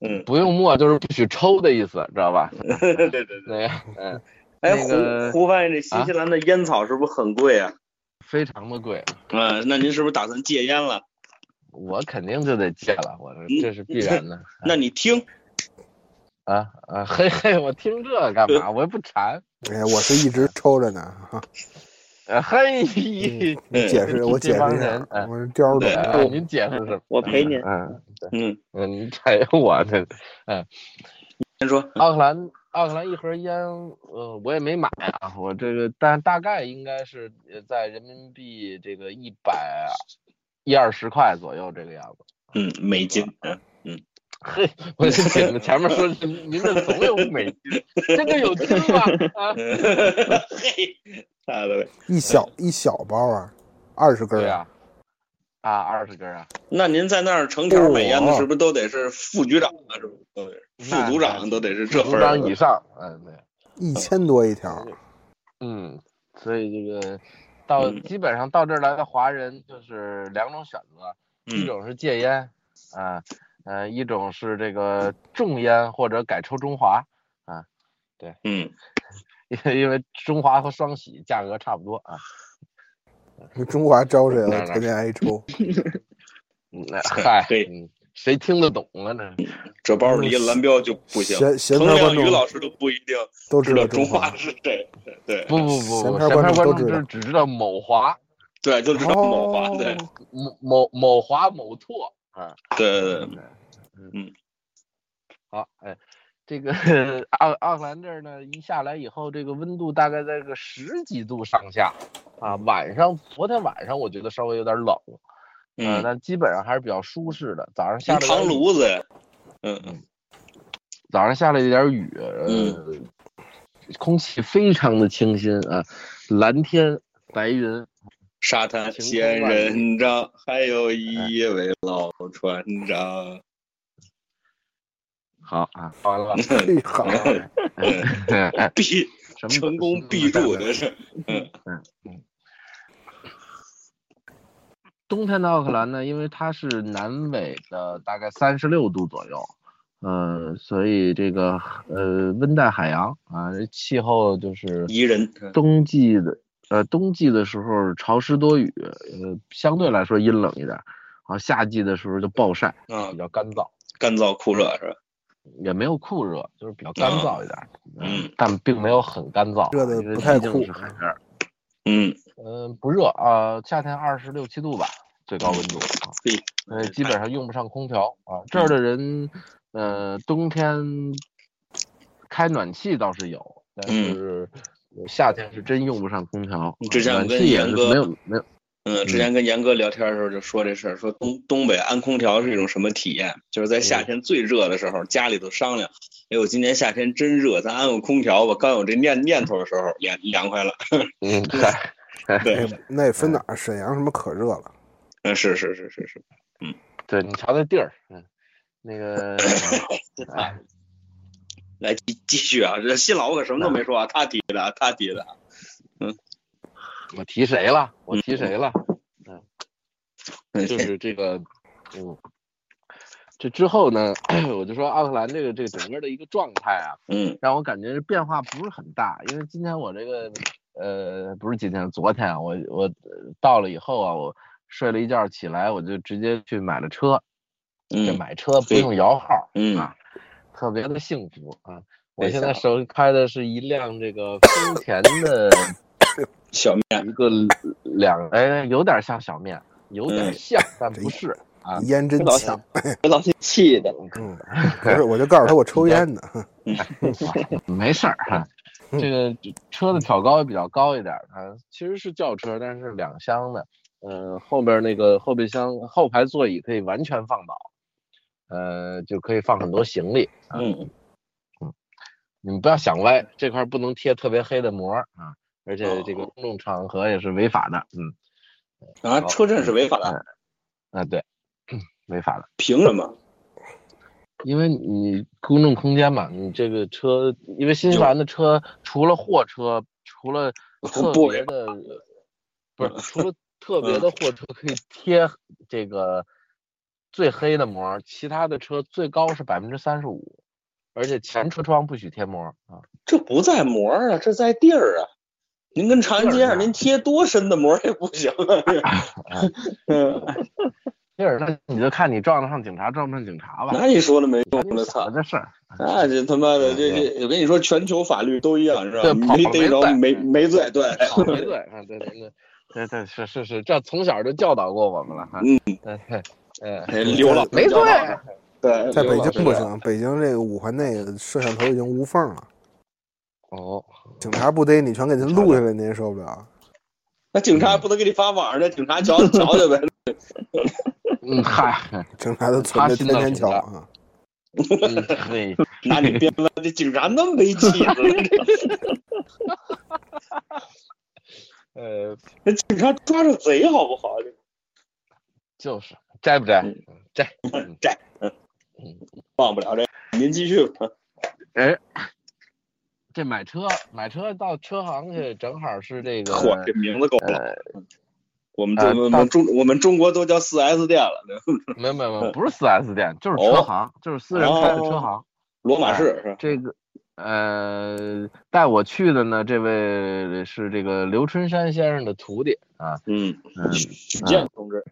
S1: 嗯，
S2: 不用墨就是不许抽的意思，知道吧？
S1: 对对对。
S2: 那样，嗯，
S1: 哎，
S2: 那个啊
S1: 胡胡发现这新西兰的烟草是不是很贵啊？
S2: 非常的贵，
S1: 嗯，那您是不是打算戒烟了？
S2: 我肯定就得戒了，我说这是必然的。
S1: 那你听，
S2: 啊啊，嘿嘿，我听这干嘛？我又不 馋。
S4: 哎，我是一直抽着呢。哈，
S2: 呃，嘿，
S1: 嗯
S4: 解释我
S2: 这
S4: 解释
S2: 帮
S4: 一下
S2: 人哎，
S4: 我是刁
S1: 对
S4: 种。
S2: 哎
S5: 我
S2: 您解释什么？
S5: 我陪 您。
S2: 嗯，对，
S1: 嗯，
S2: 嗯，你陪我这
S1: 先说，
S2: 奥克兰，奥克兰一盒烟，呃，我也没买啊，我这个但大概应该是呃在人民币这个一百一二十块左右这个样子。
S1: 嗯，美金，嗯，
S2: 嘿，我就你们前面说是您这总有美金，这就有听吧？啊，
S1: 嗯 嘿，啊大的呗。
S4: 一小一小包啊，二十根
S2: 对
S4: 儿。
S2: 啊，啊，二十根啊，
S1: 那您在那儿成条买烟的，是不是都得是副局长啊？是不是都得是副组长都得是这
S2: 组
S1: 份儿
S2: 长？以上，嗯，对，
S4: 一千多一条，
S2: 嗯，所以这个到
S1: 嗯
S2: 基本上到这儿来的华人就是两种选择，一
S1: 嗯
S2: 种是戒烟，啊，呃，一种是这个种烟或者改抽中华，
S1: 嗯，
S2: 因为因为中华和双喜价格差不多啊。
S1: 嗯
S4: 中华招谁
S2: 哪儿
S4: 了？
S2: 哪儿
S4: 天天挨抽。
S2: 嗯那嗨，
S1: 对
S2: 嗯谁听得懂啊？这是
S1: 这包离蓝标就 不行。
S4: 闲闲
S1: 彭
S4: 篇
S1: 亮
S4: 观
S1: 宇
S4: 众
S1: 老师都不一定
S4: 都
S1: 知
S4: 知
S1: 道
S4: 道
S1: 中
S4: 中
S1: 华是谁。对，
S2: 不不不
S4: 闲
S2: 不，闲篇
S4: 篇观众
S2: 观
S4: 都
S2: 众
S4: 知
S2: 只
S4: 道
S2: 只知道某华，
S1: 对，就知道某华，
S4: 哦
S1: 对，
S2: 某某某华某拓啊，
S1: 对对对，
S2: 嗯
S1: 嗯，
S2: 好，哎，这个 奥奥克兰这儿呢，一下来以后，这个温度大概在个十几度上下啊。晚上昨天晚上我觉得稍微有点冷，
S1: 嗯，
S2: 呃但基本上还是比较舒适的。早上下
S1: 一
S2: 了点
S1: 糖
S2: 雨
S1: 炉子，嗯嗯
S2: 早上下了一点雨，呃，空气非常的清新啊，蓝天白云，
S1: 沙滩仙人掌，还有一位老船长。
S2: 好啊，完 了，
S4: 嘿好，
S2: 对，哎
S1: 必
S2: 什么
S1: 成功必助的是，
S2: 冬天的奥克兰呢，因为它是南纬的大概三十六度左右，呃，所以这个呃温带海洋啊，气候就是
S1: 宜人，
S2: 冬季的呃冬季的时候潮湿多雨，呃相对来说阴冷一点，啊夏季的时候就暴晒，
S1: 啊
S2: 比较干燥，
S1: 干燥酷热是吧？
S2: 也没有酷热，就是比较干燥一点，
S1: 嗯，
S2: 但并没有很干燥啊，
S4: 啊热得
S2: 因为
S4: 不太
S2: 毕竟
S4: 酷
S2: 是海边儿，
S1: 嗯，
S2: 嗯，不热啊，夏天二十六七度吧，最高温度啊。
S1: 嗯对，
S2: 呃，基本上用不上空调啊。这儿的人，呃，冬天开暖气倒是有，但
S1: 嗯
S2: 是夏天是真用不上空调。啊
S1: 之前我
S2: 暖
S1: 跟
S2: 气也
S1: 严
S2: 是
S1: 哥
S2: 没有没有，
S1: 嗯，之前跟严哥聊天的时候就说这事儿，说东东北安空调是一种什么体验？就是在
S2: 嗯
S1: 夏天最热的时候，家里头商量，哎呦，今年夏天真热，咱安个空调吧。刚有这念念头的时候，凉凉快了。
S2: 嗯，
S1: 对，
S4: 哎那也分哪儿？沈阳什么可热了？
S1: 嗯，是是是是是，
S2: 对你瞧那地儿，嗯，那个哎
S1: 来继继续啊，这新老我可什么都没说啊，他提的啊，他提的啊，
S2: 我提谁了？我提谁了？
S1: 嗯
S2: 就是这个，嗯，这之后呢， 我就说奥克兰这个这个整个的一个状态啊，
S1: 嗯
S2: 让我感觉变化不是很大，因为今天我这个呃不是今天，昨天啊我我呃到了以后啊，我睡了一觉起来，我就直接去买了车，这
S1: 嗯
S2: 买车不用摇号，
S1: 嗯
S2: 啊，特别的幸福啊！我
S1: 对
S2: 现
S1: 是
S2: 在
S1: 吧
S2: 手里开的是一辆这个丰田的
S1: 小面，
S2: 一个两，哎，有点像小面，有点
S1: 嗯
S2: 像，但不是啊。
S4: 烟真
S5: 这老
S4: 轻
S5: 乡，给老天气的，
S4: 嗯，不是，我就告诉他 我抽烟呢。
S2: 没事儿哈。
S4: 嗯
S2: 这个车的挑高也比较高一点儿，它其实是轿车，但是两厢的，呃，后边那个后备箱后排座椅可以完全放倒，呃，就可以放很多行李。啊
S1: 嗯
S2: 你们不要想歪，这块儿不能贴特别黑的膜儿啊，而且这个
S1: 哦
S2: 公众场合也是违法的。嗯
S1: 啊，车震是违法的，
S2: 啊，对， 违法的，
S1: 凭什么？
S2: 因为你公众空间嘛，你这个车，因为新西兰的车除了货车，除了特
S1: 不
S2: 别
S1: 违
S2: 的，不是除了特
S1: 嗯
S2: 别的货车可以贴这个最黑的膜，其他的车最高是百分之三十五，而且前车窗不许贴膜啊。
S1: 这不在膜儿啊，这在地儿啊。您跟长安街上您贴多深的膜儿也不行啊。 嗯，
S2: 那儿那你就看你撞得上警察撞不上警察吧，
S1: 那你说的没用
S2: 赶紧
S1: 了，
S2: 想
S1: 操
S2: 着！这事儿。啊
S1: 那这他妈的，这这，我跟你说，全球法律都一样，是吧？
S2: 对跑
S1: 没逮着
S2: 没
S1: 没
S2: 罪
S1: 没罪，对，
S2: 好没对啊，对对对，对对是是是，这从小就教导过我们了哈。
S1: 嗯
S2: 对，嗯，
S1: 哎刘老师
S2: 没
S1: 教
S2: 对
S1: 导的，对，
S4: 在北
S1: 刘老师
S4: 京不行，北京这个五环内摄像头已经无缝了，
S2: 哦，
S4: 警察不逮你，全给您录下来，您受不了。
S1: 那警察不能给你发网上的，警察瞧瞧瞧呗。
S2: 嗯 嗨，
S4: 警察都
S1: 嗯
S4: 存着天天瞧
S2: 他
S4: 啊，
S2: 嗯嘿，
S1: 那你别问，这警察那么没气质，
S2: 呃，
S1: 那警察抓着贼好不好？
S2: 就是摘不摘？
S1: 嗯
S2: 摘。
S1: 忘不了这，您继续吧。
S2: 哎，这买车买车到车行去，正好是 这个
S1: 嚯，这名字够了。
S2: 呃，
S1: 我们
S2: 呃
S1: 中我
S2: 到
S1: 们中我们中国都叫四 S 店了，对吧
S2: 没有没有没有，不是四 S 店，就是车行，就是私人开的车行。
S1: 罗马市是吧？
S2: 这个呃，带我去的呢，这位是这个刘春山先生的徒弟啊，
S1: 嗯，
S2: 嗯，
S1: 许健同志，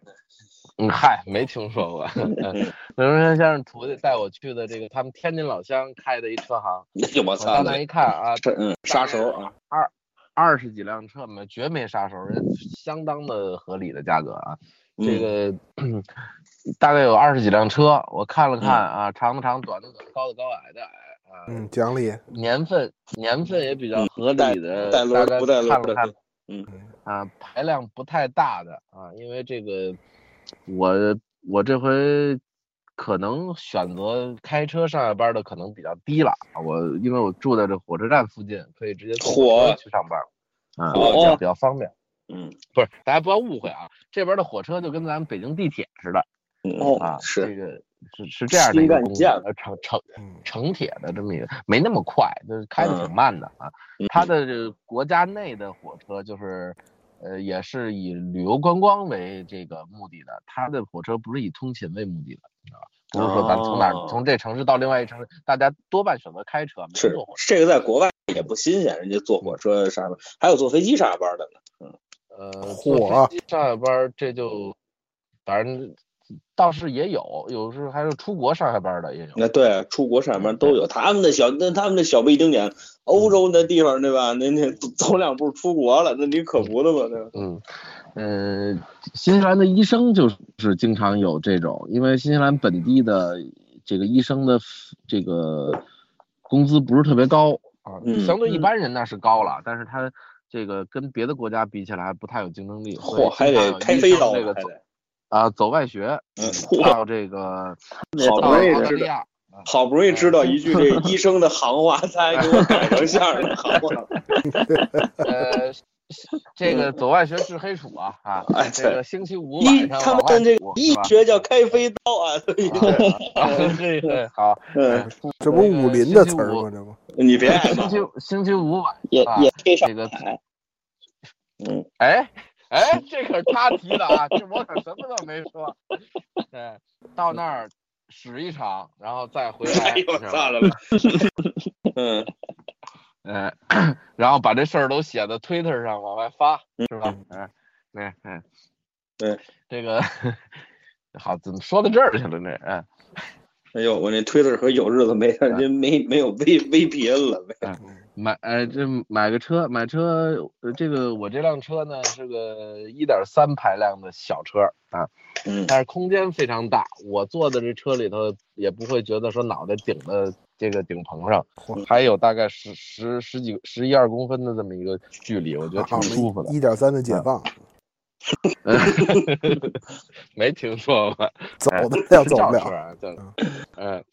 S2: 嗯，嗨，没听说过。 刘春山先生徒弟带我去的这个他们天津老乡开的一车行，
S1: 哎呦我
S2: 我
S1: 操
S2: 到，那一看啊，
S1: 这嗯杀手啊，
S2: 二十几辆车没绝没杀手，人相当的合理的价格啊。这个、 嗯、大概有二十几辆车，我看了看啊，长的长，短的短，高的高，矮的矮啊。
S4: 嗯，讲 理。
S2: 年份年份也比较合
S1: 嗯带
S2: 理的，
S1: 带
S2: 大
S1: 轮
S2: 概
S1: 不带
S2: 看
S1: 轮
S2: 了
S1: 的
S2: 看，
S1: 嗯
S2: 啊，排量不太大的啊，因为这个我我这回可能选择开车上下班的可能比较低了啊，我因为我住在这火车站附近，可以直接坐火车
S1: 火
S2: 去上班，啊，
S1: 火
S2: 这样比较方便。
S1: 嗯
S2: 不是，大家不要误会啊，这边的火车就跟咱们北京地铁似的
S1: 嗯
S5: 哦
S2: 啊，
S1: 是
S2: 这个是是这样的一个
S5: 新干
S2: 公
S5: 线
S2: 路，呃成成
S4: 嗯，
S2: 城铁的这么一个，没那么快，就是开的
S1: 嗯
S2: 挺慢的啊。
S1: 嗯
S2: 它的这个国家内的火车就是，呃，也是以旅游观光为这个目的的，它的火车不是以通勤为目的的，你知道吧？不是说咱从哪儿、
S1: 哦
S2: 从这城市到另外一城市，大家多半选择开车，没
S1: 是
S2: 坐火车。
S1: 这个在国外也不新鲜，人家坐火车上班，还有坐飞机上下班的呢。
S2: 呃，
S4: 火
S2: 坐飞机上下班儿这就，反正倒是也有，有时候还有出国上下班儿的也有。
S1: 那对，出国上班都有，他们的小那他们的小不一丁点，欧洲那地方对吧？那那走走两步出国了，那你可不的嘛，对吧？
S2: 嗯，呃，新西兰的医生就是经常有这种，因为新西兰本地的这个医生的这个工资不是特别高啊，
S1: 嗯
S2: 相对一
S5: 嗯
S2: 般人那是高了，但是他这个跟别的国家比起来还不太有竞争力。所以
S1: 嚯，还
S2: 经常
S1: 得
S2: 有
S1: 开
S2: 医
S1: 飞
S2: 生
S1: 刀
S2: 这
S1: 呢，还
S2: 个走
S1: 得
S2: 啊走外学，
S1: 嗯
S2: 到这个
S5: 那
S2: 到
S5: 怎
S2: 澳
S5: 么也
S2: 大
S5: 知
S2: 利
S5: 道？
S2: 亚，
S1: 好不容易知道一句 这医生的行话，他还给我改成相声的行话。
S2: 呃，这个走外学治黑楚啊 啊
S1: 哎，
S2: 这
S1: 对
S2: 个星期五
S1: 医
S2: 晚上
S1: 他
S2: 往外
S1: 们这个
S2: 杵
S1: 医
S2: 是吧
S1: 学叫开飞刀啊，所以
S2: 啊， 对对，好，
S1: 嗯，
S4: 这不武林的词儿吗？这不，
S1: 你别挨
S2: 星
S1: 骂
S2: 期，星期五晚，
S5: 也
S2: 啊
S5: 也配上
S2: 这个
S5: 海，
S2: 哎哎，这可是他提的啊，这我可什么都没说。对，到那儿使一场，然后再回来
S1: 哎，呦，
S2: 是吧
S1: 算了吧。嗯
S2: 嗯，然后把这事儿都写在 Twitter 上往外发，是吧？嗯，对，嗯，
S1: 对，
S2: 这个好，怎么说到这儿去了？这，嗯，
S1: 哎呦，我那推特可有日子没没没没有 V V P N 了，没
S2: 买，哎，这买个车，买车，呃这个我这辆车呢是个一点三排量的小车啊，
S1: 嗯
S2: 但是空间非常大，我坐在这车里头也不会觉得说脑袋顶在这个顶棚上，还有大概十十十几十一二公分的这么一个距离，我觉得挺舒服的。
S4: 啊
S2: 嗯
S4: 一点三的解放，
S2: 没听说过，
S4: 走
S2: 哎
S4: 的要走不
S2: 是轿车
S4: 了。
S2: 啊，对， 嗯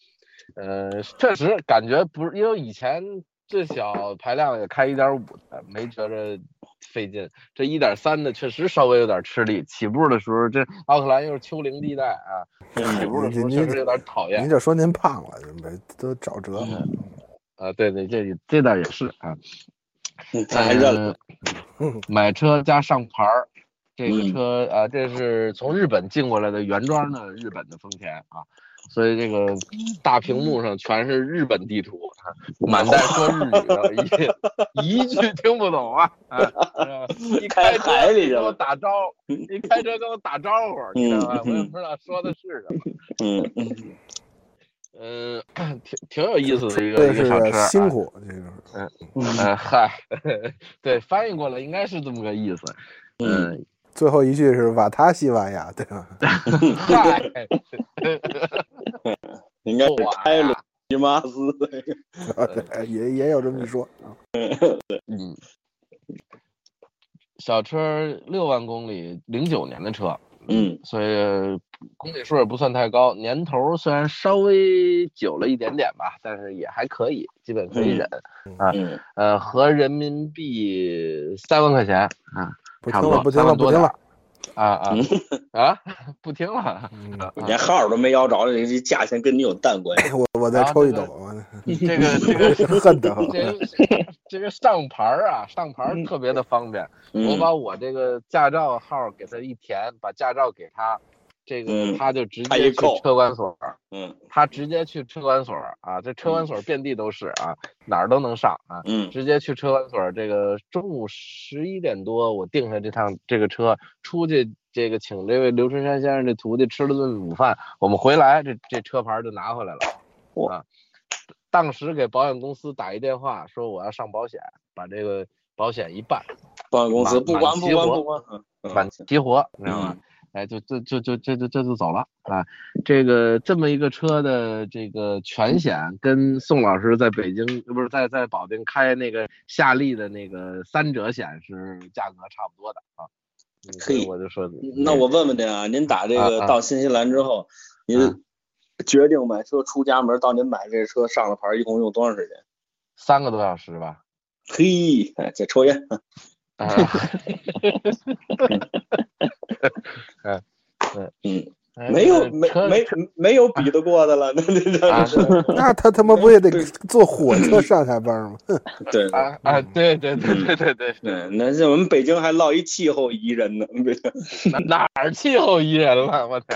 S2: 呃，确实感觉不是，因为以前最小排量也开一点五的，没觉着费劲。这一点三的确实稍微有点吃力，起步的时候，这奥克兰又是丘陵地带啊，
S1: 嗯
S2: 起步的时候确实有点讨厌
S4: 您。这说您胖了，您别都找辙。
S2: 嗯啊，对对，这这倒也是啊。
S1: 他还认了。
S2: 嗯买车加上牌儿，这个
S1: 嗯
S2: 车啊，这是从日本进过来的原装的日本的丰田啊，所以这个大屏幕上全是日本地图，啊满
S1: 嗯
S2: 带说日语的，一一句听不懂啊。 啊啊一开车
S1: 开海里去嗯
S2: 跟
S1: 了
S2: 我打招呼，一开车跟我打招呼，你知道吧？我也不知道说的是什么。
S1: 嗯嗯，
S2: 嗯， 挺挺有意思的一个
S4: 这
S2: 一个小车
S4: 是
S2: 啊，
S4: 辛苦，这就是
S2: 呃，嗨，对，翻译过来应该是这么个意思。嗯，
S4: 最后一句是瓦塔西瓦亚，对吧？
S2: 嗯 嗨，
S1: 应该是开鲁尼马斯。
S4: 也也有这么一说。
S2: 嗯，小车六万公里，零九年的车，
S1: 嗯
S2: 所以公里数也不算太高，年头虽然稍微久了一点点吧，但是也还可以，基本可以忍。
S1: 嗯，
S2: 呃，合人民币三万块钱啊
S4: 不听了，不听了，不听了。
S2: 啊啊
S1: 嗯
S2: 啊！不听 了，啊
S4: 嗯，
S1: 连号都没摇着，这价钱跟你有蛋
S2: 哎
S1: 关系。
S4: 我我再抽一斗，我
S2: 这个这个
S4: 恨得很。
S2: 这个 这个上牌儿啊，上牌儿特别的方便。我
S1: 嗯，
S2: 把我这个驾照号儿给他一填，把驾照给他，这个
S1: 嗯
S2: 他就直
S1: 他一
S2: 接去
S1: 扣
S2: 车管所儿，
S1: 嗯
S2: 他直接去车管所儿啊，这车管所儿遍地都是啊，哪儿都能上啊。
S1: 嗯
S2: 直接去车管所儿，这个中午十一点多我定下这趟这个车出去，这个请这位刘春山先生这徒弟吃了顿午饭，我们回来这这车牌儿就拿回来了。
S1: 哇
S2: 啊，当时给保险公司打一电话说我要上保险，把这个保险一办，
S1: 保险公司
S2: 满
S1: 不管
S2: 满
S1: 不
S2: 齐
S1: 管
S2: 活
S1: 不管，嗯
S2: 满齐活，你知道吗？哎，就就就就就就这就走了啊！这个这么一个车的这个全险，跟宋老师在北京不是在在保定开那个夏利的那个三者险是价格差不多的啊。嗯所以
S1: 嘿
S2: 我就说，
S1: 那我问问您啊，您打这个
S2: 啊啊
S1: 到新西兰之后，
S2: 啊
S1: 您决定买车出家门到您买这车上了牌儿，一共用多长时间？
S2: 三个多小时吧。
S1: 嘿，哎，这抽烟，
S2: 啊， 嗯嗯
S1: 嗯
S2: 哎
S1: 没有
S2: 这
S1: 没
S2: 车
S1: 没没有比得过的了，那那
S2: 啊
S1: 那是
S4: 那他他妈不也得
S1: 对
S4: 坐火
S2: 嗯
S4: 车上下班吗？
S1: 对
S2: 啊啊！对对对对对对，
S1: 对，那是我们北京还落一气候宜人呢， 北京
S2: 哪哪儿气候宜人了？我操！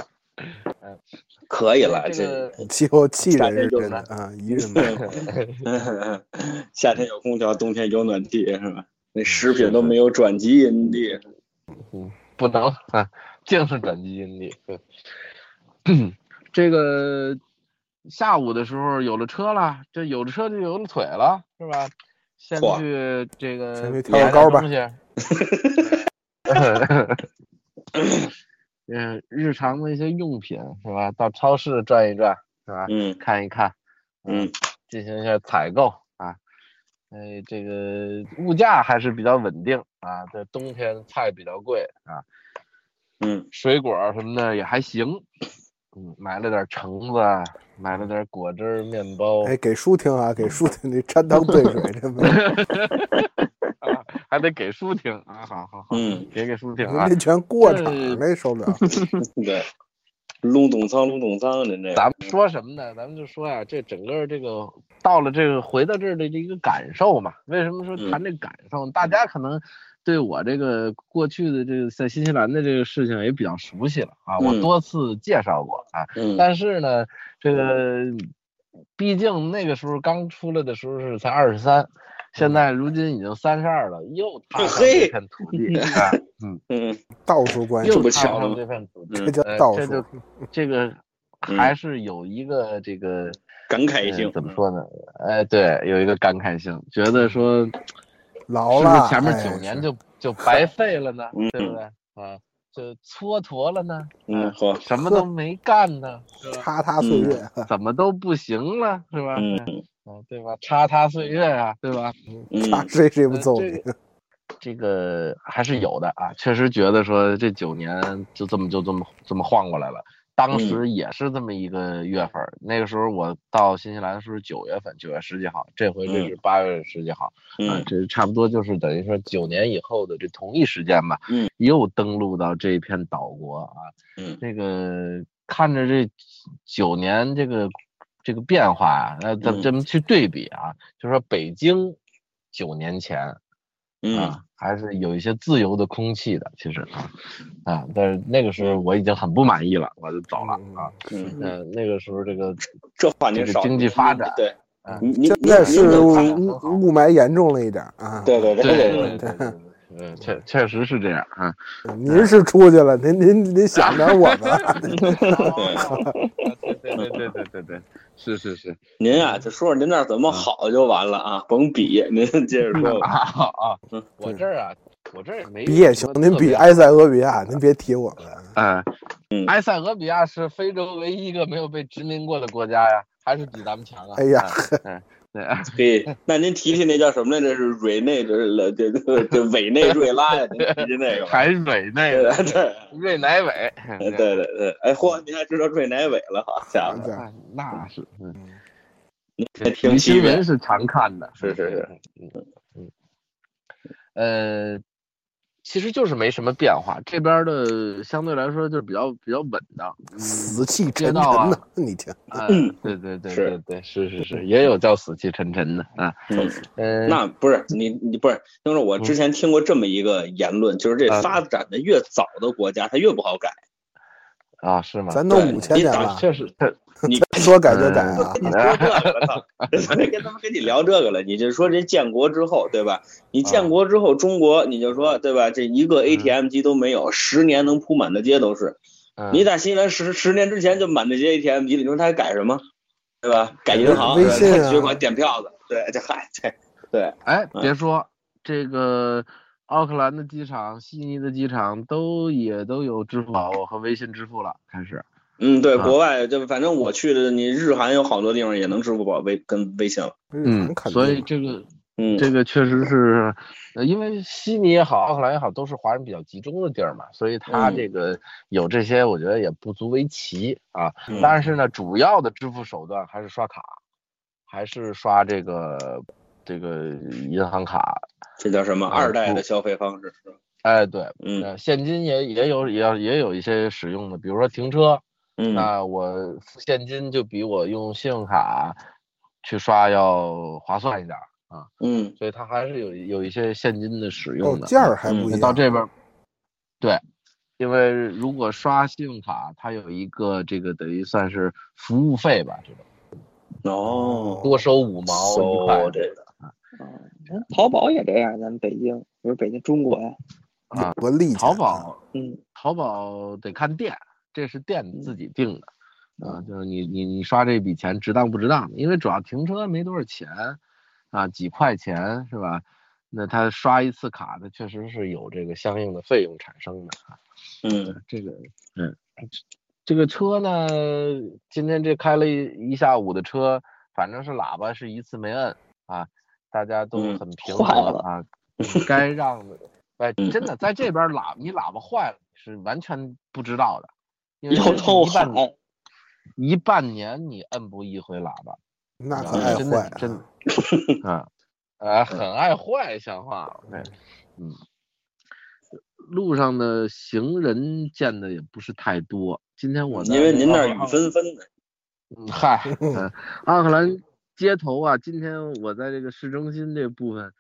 S1: 可以了，
S2: 啊哎这
S1: 这
S2: 个
S4: 气候气
S1: 夏
S4: 人
S1: 天
S4: 是
S1: 就
S4: 真的
S1: 来
S4: 啊，一 人买。
S1: 夏天有空调，冬天有暖气是吧？那食品都没有转基因地，
S2: 不能啊，净是转基因的。对这个下午的时候有了车了，这有了车就有了腿了，是吧？先
S1: 嚯
S2: 去这个
S4: 先去跳
S2: 买
S4: 个高
S2: 点
S4: 吧
S2: 东西。嗯，日常的一些用品是吧？到超市转一转是吧？
S1: 嗯
S2: 看一看，
S1: 嗯，
S2: 进行一下采购啊。哎，这个物价还是比较稳定啊，在冬天菜比较贵啊，
S1: 嗯
S2: 水果儿什么的也还行。嗯，买了点橙子，啊买了点果汁儿、面包，
S4: 哎，给书听啊，给书听，你沾汤兑水，这 没。
S2: 啊还得给叔听啊！好好好，嗯
S1: 嗯，
S2: 别给叔听啊
S4: 那！全过场
S2: 这
S4: 那受不了。
S1: 对，隆咚仓隆咚仓，您这个
S2: 咱们说什么呢？咱们就说呀、这整个这个到了这个回到这儿的这一个感受嘛。为什么说
S1: 嗯
S2: 谈这感受？大家可能对我这个过去的这个在新西兰的这个事情也比较熟悉了啊，我
S1: 嗯
S2: 多次介绍过啊。
S1: 嗯
S2: 但是呢，这个毕竟那个时候刚出来的时候是才二十三，现在如今已经三十二了，又踏上
S1: 嗯嘿
S2: 这片土 地啊，嗯，
S1: 嗯
S4: 倒数关系
S2: 又
S1: 这，么
S2: 踏
S1: 巧
S2: 上
S1: 吗
S2: 这片土地，
S4: 这
S1: 嗯，
S4: 叫
S2: 呃
S4: 倒
S2: 这
S4: 数
S2: 就。这个
S1: 嗯
S2: 还是有一个这个
S1: 感慨
S2: 呃
S1: 性嗯
S2: 怎么？说呢？哎，对，有一个感慨性，觉得说
S4: 老
S2: 是不
S4: 了，
S2: 是前面
S4: 嗯哎
S2: 九年
S4: 是
S2: 就就白费了呢，
S1: 嗯
S2: 对不对啊？就蹉跎了呢，
S1: 嗯，好，
S2: 什么都没干呢，
S4: 踏踏岁月，
S2: 怎么都不行了，是吧？
S1: 嗯
S2: 啊，对吧？叉叉岁月啊，对吧？
S4: 他
S1: 嗯
S4: 谁谁不揍你？
S2: 这个还是有的啊，确实觉得说这九年就这么就这么这么晃过来了。
S1: 嗯
S2: 当时也是这么一个月份儿，那个时候我到新西兰的时候是九月份，九月十几号，这回这是八月十几号，啊
S1: 嗯，
S2: 这差不多就是等于说九年以后的这同一时间吧，
S1: 嗯，
S2: 又登陆到这一片岛国啊，
S1: 嗯
S2: 这个看着这九年这个这个变化啊，那咱
S1: 嗯
S2: 们咱们去对比啊，就说北京九年前
S1: 嗯
S2: 啊，还是有一些自由的空气的，其实啊啊，但是那个时候我已经很不满意了，我就走了啊，
S1: 嗯，
S2: 呃，那个时候这个
S1: 这话您
S2: 这个
S1: 少，
S2: 经济发展
S1: 对
S2: 啊，
S1: 你你
S4: 现在
S1: 你
S4: 是
S1: 你
S4: 雾
S1: 看
S4: 雾霾严重了一点啊。
S1: 对对
S2: 对
S1: 对
S2: 对对对。嗯，确确实是这样啊，
S4: 您是出去了，您您您想点我 们。
S2: 对对对对对对对，是是 是，
S1: 您啊，就说说您那儿怎么好就完了啊，甭比，您接着说吧。
S2: 啊啊
S1: 嗯，
S2: 我这儿啊，我这儿也没
S4: 比也
S2: 什
S4: 行
S2: 么，
S4: 您
S2: 特
S4: 比
S2: 别
S4: 埃塞俄比亚，您别提我们。
S2: 啊
S1: 嗯，
S2: 埃塞俄比亚是非洲唯一一个没有被殖民过的国家呀，还是比咱们强啊！
S4: 哎呀
S2: 啊， 对，
S1: 嘿，那您提提那叫什么来着？是委内这这这这委内瑞拉呀？您提提那个吧。
S2: 还委内
S1: 对
S2: 的
S1: 对对
S2: 瑞乃伟，
S1: 对对对，哎嚯，您还知道瑞乃伟了，好 家伙，
S4: 对
S2: 啊那是，嗯
S4: 嗯，
S1: 还挺
S2: 你
S1: 奇
S2: 新
S1: 怪
S2: 闻是常看的，
S1: 是是是，
S2: 嗯嗯，呃，其实就是没什么变化，这边儿的相对来说就是比较比较稳当，嗯
S4: 死气
S2: 街
S4: 沉沉
S2: 道啊
S4: 的，你听，
S2: 啊，对对对
S1: 是
S2: 对对，是是是，也有叫死气沉沉的啊。
S1: 嗯
S2: 嗯，
S1: 那不是你，你不是，就是我之前听过这么一个言论，就是这
S2: 啊
S1: 发展的越早的国家，它越不好改。
S2: 啊是吗？啊
S4: 咱都
S1: 对
S4: 五千年
S1: 你
S4: 了，
S2: 确实，确
S1: 你
S4: 说改就 改啊。
S1: 跟你说这个了，操！咱跟他们跟你聊这个了，你就说这建国之后，对吧？你
S2: 啊
S1: 建国之后，中国你就说，对吧？这一个 ATM 机都没有，十年能铺满大街都是。
S2: 嗯
S1: 你在新西兰十十年之前就满大街 ATM 机，你说他还改什么？对吧？改银行、
S4: 微信啊
S1: 对吧改取款、点票子，对，这嗨，这
S2: 哎，
S1: 嗯
S2: 别说这个奥克兰的机场、悉尼的机场都也都有支付宝和微信支付了，开始。
S1: 嗯，
S2: 啊
S1: 对，国外就反正我去的，你日韩有好多地方也能支付宝微跟微信了。
S2: 嗯
S4: 很肯定，
S2: 所以这个
S1: 嗯，
S2: 这个确实是，呃因为悉尼也好，奥克兰也好，都是华人比较集中的地儿嘛，所以它
S1: 嗯
S2: 这个有这些，我觉得也不足为奇啊。
S1: 嗯
S2: 但是呢，主要的支付手段还是刷卡，还是刷这个这个银行卡。
S1: 这叫什么
S2: 啊
S1: 二代
S2: 不
S1: 的消费方式是吧？
S2: 哎，对，
S1: 嗯
S2: 呃现金也也有也有也有一些使用的，比如说停车，
S1: 嗯
S2: 那我付现金就比我用信用卡去刷要划算一点儿，
S1: 嗯
S2: 所以它还是有有一些现金的使
S4: 哦
S2: 用的。
S4: 价儿还
S1: 嗯
S4: 不一
S2: 那
S4: 样。
S2: 到这边儿，对，因为如果刷信用卡，它有一个这个等于算是服务费吧，这种
S1: 哦，
S2: 多收五毛一块
S1: 搜这个
S5: 嗯淘宝也这样，咱们北京，比如北京中国呀，
S2: 啊。
S4: 多利剑啊
S2: 淘宝，
S5: 嗯，
S2: 淘宝得看店，这是店自己定的。
S4: 嗯
S2: 啊，就是你你你刷这笔钱值当不值当？因为主要停车没多少钱，啊，几块钱是吧？那他刷一次卡，它确实是有这个相应的费用产生的。
S1: 嗯
S2: 这个，嗯，这个车呢，今天这开了一一下午的车，反正是喇叭是一次没摁啊，大家都
S1: 嗯
S2: 很平
S5: 坏
S2: 和
S5: 了
S2: 啊，该 让的，哎，
S1: 嗯
S2: 真的在这边喇你喇叭坏了是完全不知道的，因为
S5: 要偷
S2: 嗯一
S5: 喊
S2: 半，一半年你摁不一回喇叭，
S4: 那可
S2: 嗯
S4: 爱
S2: 真的
S4: 坏、啊，
S2: 真的 啊，呃，很爱坏，像话了，对，嗯，路上的行人见的也不是太多。今天我在
S1: 因为您那儿
S2: 奥
S1: 雨
S2: 克
S1: 纷纷的，
S2: 兰 嗨，嗯，奥克兰街头啊，今天我在这个市中心这部分，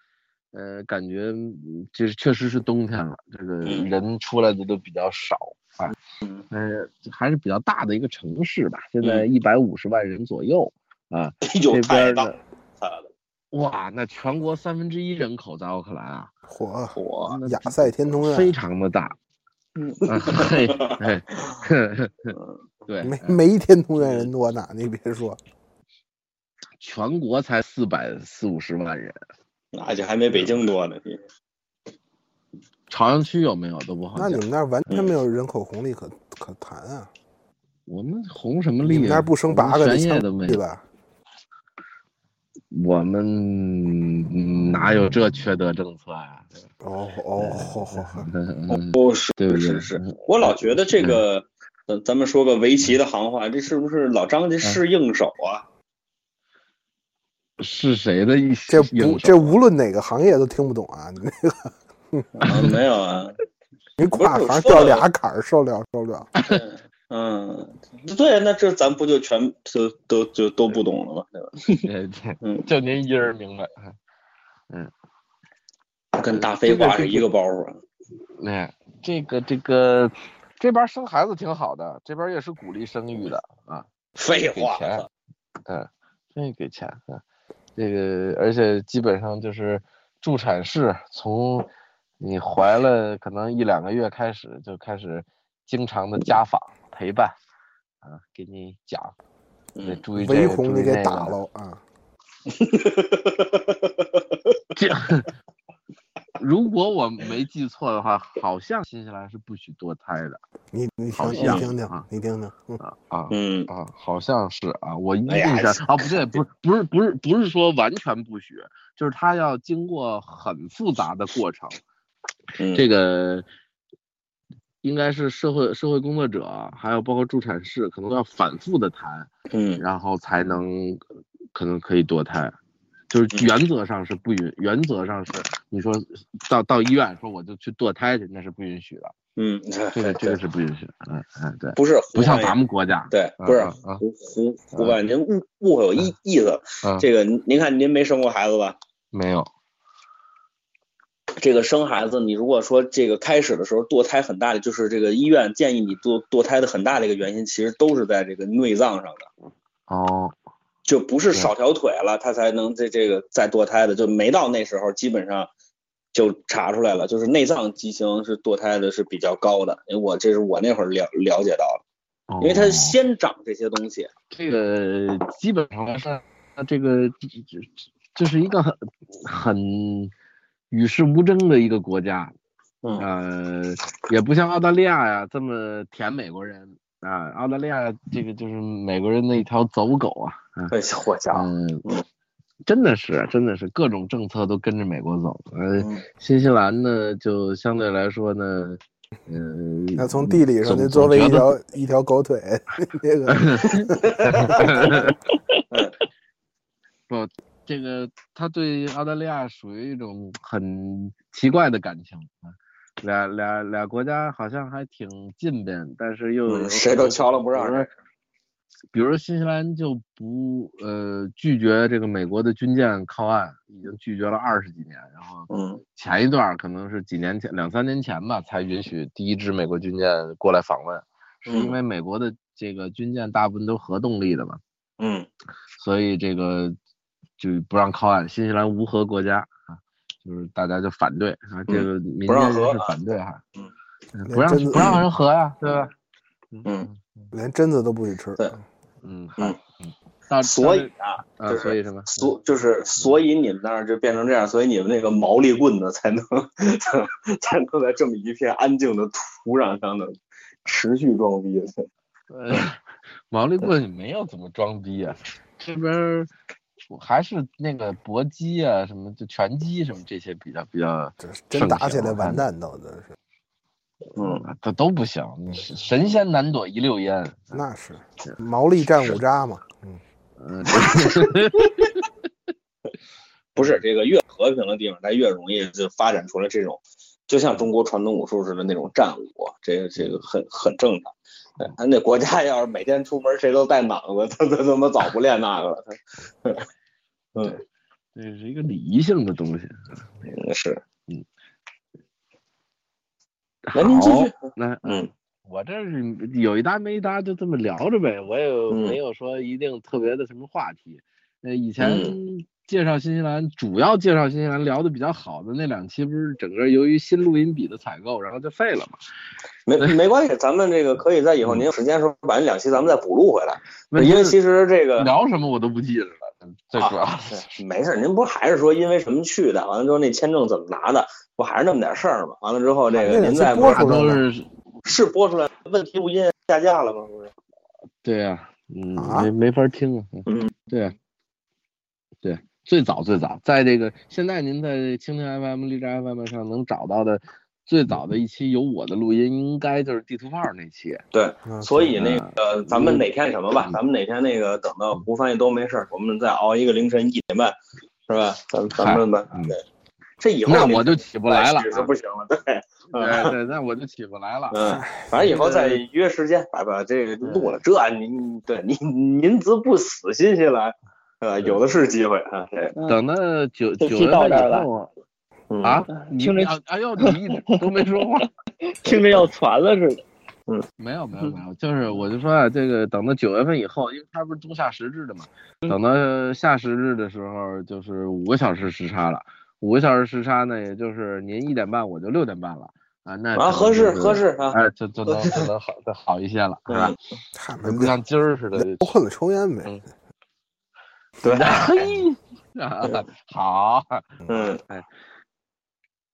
S2: 呃，感觉嗯就是确实是冬天了，这个
S1: 嗯
S2: 人出来的都比较少啊，
S1: 嗯
S2: 呃，还是比较大的一个城市吧，现在
S1: 嗯
S2: 一百五十万人左右啊，
S1: 有
S2: 这
S1: 太
S2: 边
S1: 大
S2: 的
S1: 了，
S2: 哇，那全国三分之一人口在奥克兰啊，
S4: 火
S1: 我
S2: 那
S4: 亚赛天通苑
S2: 非常的大，
S5: 嗯，
S2: 啊嘿，嘿呵呵
S1: 嗯
S2: 对，
S4: 没没天通苑人多呢，你别说，
S2: 全国才四百四五十万人，
S1: 那就还没北京多呢。你
S2: 朝阳区有没有都不好嗯
S4: 那
S2: 讲。
S4: 你们那儿完全没有人口红利可可谈啊，
S2: 我们红什么
S4: 你
S2: 利
S4: 们
S2: 啊？
S4: 那儿不生八个
S2: 我们
S4: 的
S2: 全业
S4: 枪
S2: 都没
S4: 对
S2: 有，
S4: 吧？
S2: 我们嗯哪有这缺德政策呀、
S4: 哦哦，好好好，
S2: 嗯
S1: 哦，是
S2: 对不对
S1: 是是，我老觉得这
S2: 嗯
S1: 个，咱咱们说个围棋的行话，这是不是老
S2: 嗯
S1: 张家是硬手啊？
S2: 是谁的一
S4: 这
S2: 应
S4: 不
S2: 手
S4: 这无论哪个行业都听不懂啊，你那个
S1: 啊没有啊，
S4: 你跨
S1: 不是
S4: 行
S1: 我
S4: 掉
S1: 说的
S4: 俩坎儿，受不了受不了。
S1: 嗯，对，那这咱不就全都都就都不懂了吗？对吧？
S2: 这这
S1: 嗯
S2: 就您一人明白。
S1: 跟大飞瓜是一个包啊袱。
S2: 哎，这个这个，这边生孩子挺好的，这边也是鼓励生育的啊，
S1: 废
S2: 给
S1: 话，啊
S2: 钱，嗯，愿意给钱，嗯，这个而且基本上就是助产士从你怀了可能一两个月开始就开始经常的家访陪伴，啊，给你讲，得
S1: 嗯，
S2: 注意这
S4: 微
S2: 个，
S4: 红
S2: 注
S4: 你
S2: 意
S4: 给
S2: 那
S4: 打
S2: 个，
S4: 喽啊！
S2: 这。如果我没记错的话，好像新西兰是不许堕胎的
S4: 你你听
S2: 好
S4: 你
S2: 像
S4: 听听
S2: 啊
S4: 你听听，嗯，
S2: 啊。
S1: 嗯，
S2: 啊，好像是啊，我印
S1: 哎呀
S2: 象啊，不对，不是不是不是不是说完全不许，就是它要经过很复杂的过程，
S1: 嗯
S2: 这个应该是社会社会工作者，还有包括助产士，可能要反复的谈，
S1: 嗯
S2: 然后才能可能可以堕胎。就是
S1: 嗯
S2: 原则上是不允，原则上是你说到到医院说我就去堕胎去，那是不允许的，
S1: 嗯，
S2: 这个这个是不允许的，嗯嗯对，
S1: 不是
S2: 不像咱
S1: 们
S2: 们国家，
S1: 对，
S2: 啊
S1: 不是
S2: 啊啊
S1: 胡胡胡办，您误误会我意意思
S2: 嗯。
S1: 这个您看您没生过孩子吧？
S2: 没有，
S1: 这个生孩子，你如果说这个开始的时候堕胎很大的，就是这个医院建议你堕堕胎的很大的一个原因，其实都是在这个内脏上的，
S2: 哦，
S1: 就不是
S2: 对
S1: 少条腿了，他才能这这个再堕胎的，就没到那时候，基本上就查出来了，就是内脏畸形是堕胎的是比较高的，因为我这是我那会儿了了解到的，因为它
S2: 哦
S1: 先长这些东西，
S2: 这个基本上来说，那这个这这这这是一个很很与世无争的一个国家，
S1: 嗯
S2: 呃，也不像澳大利亚呀这么舔美国人啊。澳大利亚这个就是美国人的一条走狗啊，啊
S1: 哎，我家伙，
S2: 嗯
S1: 嗯，
S2: 真的是，真的是各种政策都跟着美国走。呃，
S1: 嗯
S2: 新西兰呢，就相对来说呢，嗯、
S4: 那从地理上
S2: 总
S4: 就作为
S2: 总
S4: 一
S2: 觉得
S4: 条一条狗腿， 那个
S2: 不，这个他对澳大利亚属于一种很奇怪的感情啊，俩俩俩国家好像还挺近边，但是又有
S1: 嗯谁都瞧了不让
S2: 比如说比如说新西兰就不呃拒绝这个美国的军舰靠岸，已经拒绝了二十几年，然后
S1: 嗯
S2: 前一段儿可能是几年前两三年前吧，才允许第一支美国军舰过来访问，是
S1: 嗯
S2: 因为美国的这个军舰大部分都是核动力的嘛，
S1: 嗯
S2: 所以这个就不让靠岸。新西兰无核国家啊，就是大家就反对啊，这个民
S1: 嗯不
S2: 间
S1: 让
S2: 人
S1: 核
S2: 士
S1: 啊
S2: 反对哈，
S1: 嗯
S2: 嗯，
S4: 那
S2: 不让
S4: 真的
S2: 不让人核呀、对吧？
S1: 嗯，
S4: 连榛子都不许吃。
S1: 对
S2: 嗯，
S1: 嗯
S2: 嗨到
S1: 所以
S2: 到
S1: 啊，
S2: 这啊，
S1: 就是
S2: 所以什么？
S1: 所就是所以你们那儿就变成这样，所以你们那个毛利棍子才能 才能在这么一片安静的土壤上能持续装逼。
S2: 呃，毛利棍没有怎么装逼啊，这边儿我还是那个搏击啊，什么就拳击什么这些比较比较，
S4: 这真打起来完蛋倒真是，
S1: 嗯，
S2: 啊都都不行，神仙难躲一溜烟。
S4: 那是毛利战五渣嘛，嗯，
S2: 嗯，
S1: 不是这个越和平的地方，它越容易就发展出来这种，就像中国传统武术似的那种战武，这个这个很很正常。哎他那国家要是每天出门谁都带脑子，他他他妈早不练那个了。他嗯，
S2: 这是一个礼仪性的东西。
S1: 是。
S2: 好
S1: 来，您继续。
S2: 那
S1: 嗯，
S2: 我这是有一搭没一搭，就这么聊着呗。我也
S1: 嗯
S2: 没有说一定特别的什么话题。呃，以前
S1: 嗯
S2: 介绍新西兰，主要介绍新西兰聊的比较好的那两期，不是整个由于新录音笔的采购，然后就废了嘛？
S1: 没没关系，咱们这个可以在以后您有时间的时候把那两期咱们再补录回来，
S2: 那
S1: 因为
S2: 就是
S1: 其实这个
S2: 聊什么我都不记得了，最主要
S1: 啊对没事儿，您不还是说因为什么去的？完了之后那签证怎么拿的？不还是那么点事儿吗？完了之后这
S4: 那
S1: 个
S4: 两
S1: 您
S4: 期
S1: 再
S4: 播
S1: 不
S4: 出来
S2: 大
S4: 了
S2: 都是
S1: 是播出来问题录音下架了吗？不是，
S2: 对呀，嗯，
S4: 啊
S2: 没没法听啊，
S1: 嗯，
S2: 对呀，对呀，最早最早，在这个现在您在蜻蜓 FM、荔枝 FM 上能找到的最早的一期有我的录音，应该就是地图炮那期。啊
S1: 对，
S4: 嗯
S1: 所以那个咱们哪天什么吧
S2: 嗯，
S1: 咱们哪天那个等到胡翻译都没事儿，我们再熬一个凌晨一点半，是吧？咱咱们吧
S2: 嗨嗯，
S1: 对，这以后
S2: 那
S1: 这
S2: 我就起不来了啊，啊
S1: 是不行了，对，
S2: 对对，那我就起不来了。
S1: 嗯，反正以后再约时间把把这个录
S2: 嗯
S1: 了，这您对您您则不死新西兰，呃，有的是机会啊，这
S5: 嗯
S2: 等到九
S5: 这
S2: 九
S5: 期
S2: 月
S5: 到
S2: 份
S5: 这儿
S2: 以
S5: 了
S2: 后
S1: 嗯
S2: 啊，
S5: 嗯
S2: 你
S5: 听着
S2: 啊哎呦，你一直都没说话。
S5: 听着要传了似的。
S2: 没有没有没有，就是我就说啊，这个等到九月份以后，因为它不是冬夏时制的嘛，等到夏时制的时候就是五个小时时差了，五个小时时差呢，也就是您一点半，我就六点半了啊，那
S1: 啊，合适合
S2: 适，
S1: 适啊，
S2: 哎，就就能就能好再好一些了，是吧？
S4: 他们
S2: 不像今 儿似的，
S4: 都混了抽烟呗
S2: 嗯，
S1: 对，
S2: 嘿，啊好，
S1: 嗯，哎，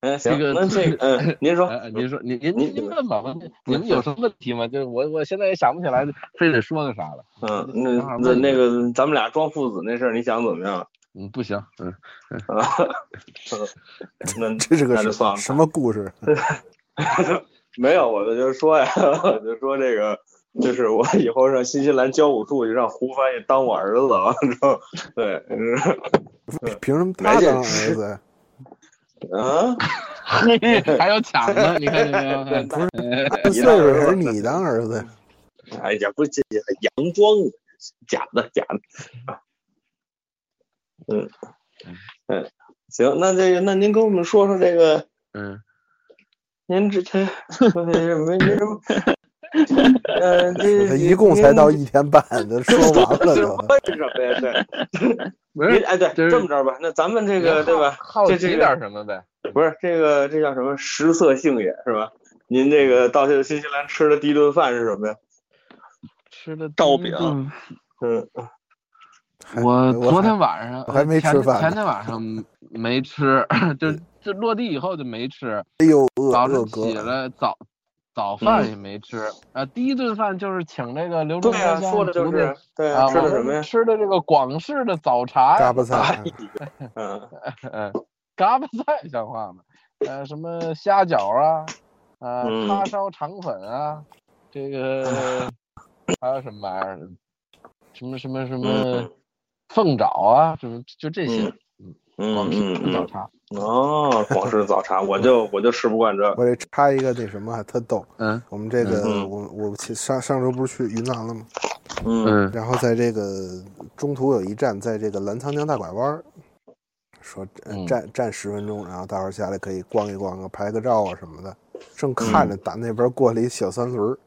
S1: 哎，
S2: 这
S1: 行，
S2: 个
S1: 那这个，嗯，您说，
S2: 哎您说您您
S1: 您
S2: 您问吧，问你们有什么问题吗？就是我我现在也想不起来，非得说个啥了，
S1: 嗯，那那那个咱们俩装父子那事儿，你想怎么 样？
S2: 嗯，不行， 嗯。
S1: 啊，那
S4: 这是个
S1: 那就算了
S4: 什什么
S2: 嗯
S4: 故事？
S1: 没有，我就说呀，我就说这个，就是我以后上新西兰教武术，就让胡翻译当我儿子，完了之后，对，
S4: 凭什么他
S1: 没
S4: 当
S1: 见
S4: 儿
S1: 识
S4: 子 呀？
S1: 啊，
S2: 还有抢的，你看见没有？嗯
S1: 对
S2: 不是，
S4: 这岁数也是你当儿子呀，
S1: 哎呀，不，这佯装的，假的，假的。嗯，嗯，行，那这个，那您跟我们说说这个，
S2: 嗯，
S1: 您之前没没什 么，呃，这
S4: 他一共才到一天半，都说完了
S1: 这
S4: 都。
S1: 问什么呀？对，
S2: 不
S1: 您哎，对，
S2: 就是
S1: 这么着吧，那咱们这个对吧？
S2: 好
S1: 这
S2: 奇
S1: 这个
S2: 点什么呗？
S1: 不是这个，这叫什么食色性也是吧？您这个到这个新西兰吃的第一顿饭是什么呀？
S2: 吃的
S1: 照饼嗯，
S4: 还
S2: 我
S4: 哎我
S2: 昨
S4: 还
S2: 天晚上
S4: 我还没
S2: 前
S4: 吃饭呢
S2: 前天晚上没吃，就 这落地以后就没吃，
S4: 哎呦，饿
S2: 早
S4: 饿
S2: 晨
S4: 哥
S2: 起，来早早饭也没吃啊，第一顿饭就是请这个刘
S1: 对
S2: 仲
S1: 啊，
S2: 元
S1: 说的就
S2: 徒弟
S1: 是对
S2: 啊，
S1: 啊，吃
S2: 我
S1: 的什
S2: 们
S1: 么呀？
S2: 吃的这个广式的早茶哎
S4: 嘎
S2: 呀，
S4: 巴菜，
S1: 嗯，
S2: 嗯，嘎巴菜像话吗？呃，什么虾饺啊，呃，
S1: 嗯
S2: 叉烧肠粉啊，这 个还有什么玩意儿？什么什么什么
S1: 嗯
S2: 凤爪啊，什么就这些
S1: 嗯，嗯
S2: 广式
S1: 嗯
S2: 早
S1: 嗯，
S2: 茶。
S1: 哦，广式早茶，我就我就吃不惯这，
S4: 我这插一个那什么啊，特逗。
S2: 嗯
S4: 我们这个，
S1: 嗯
S4: 我我去上上周不是去云南了吗？
S1: 嗯
S2: 嗯
S4: 然后在这个中途有一站，在这个澜沧江大拐弯儿，说呃
S2: 嗯
S4: 站站十分钟，然后大伙儿下来可以逛一逛啊，拍个照啊什么的。正看着打那边过来一小三轮儿，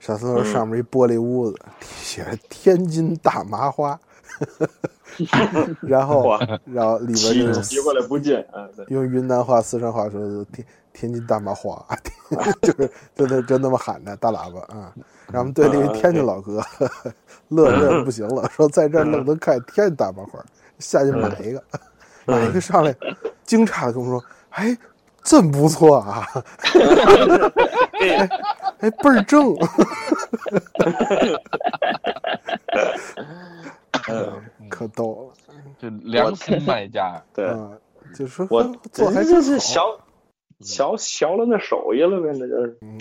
S4: 小三轮儿
S1: 嗯
S4: 上面一玻璃屋子，写着“天津大 麻花”，然后
S1: 嚯
S4: 然后里边
S1: 骑
S4: 就是
S1: 骑过来不近，嗯，对
S4: 用云南话、四川话说是天天津大麻花， 就是真的真那么喊的大喇叭啊。然后我们队里一天津老哥乐乐不行 了，说在这儿愣能看天津大麻花，下去买一个，
S1: 嗯
S4: 买一个上来，惊诧的跟我说：“哎，真不 错啊，哎哎倍儿正。”可逗了
S2: 就良心卖家。
S1: 嗯对，
S4: 啊！就说
S1: 我
S4: 做还
S1: 这
S4: 真
S1: 是
S4: 好，
S1: 小小小了那手艺了呗，那就是。
S4: 嗯，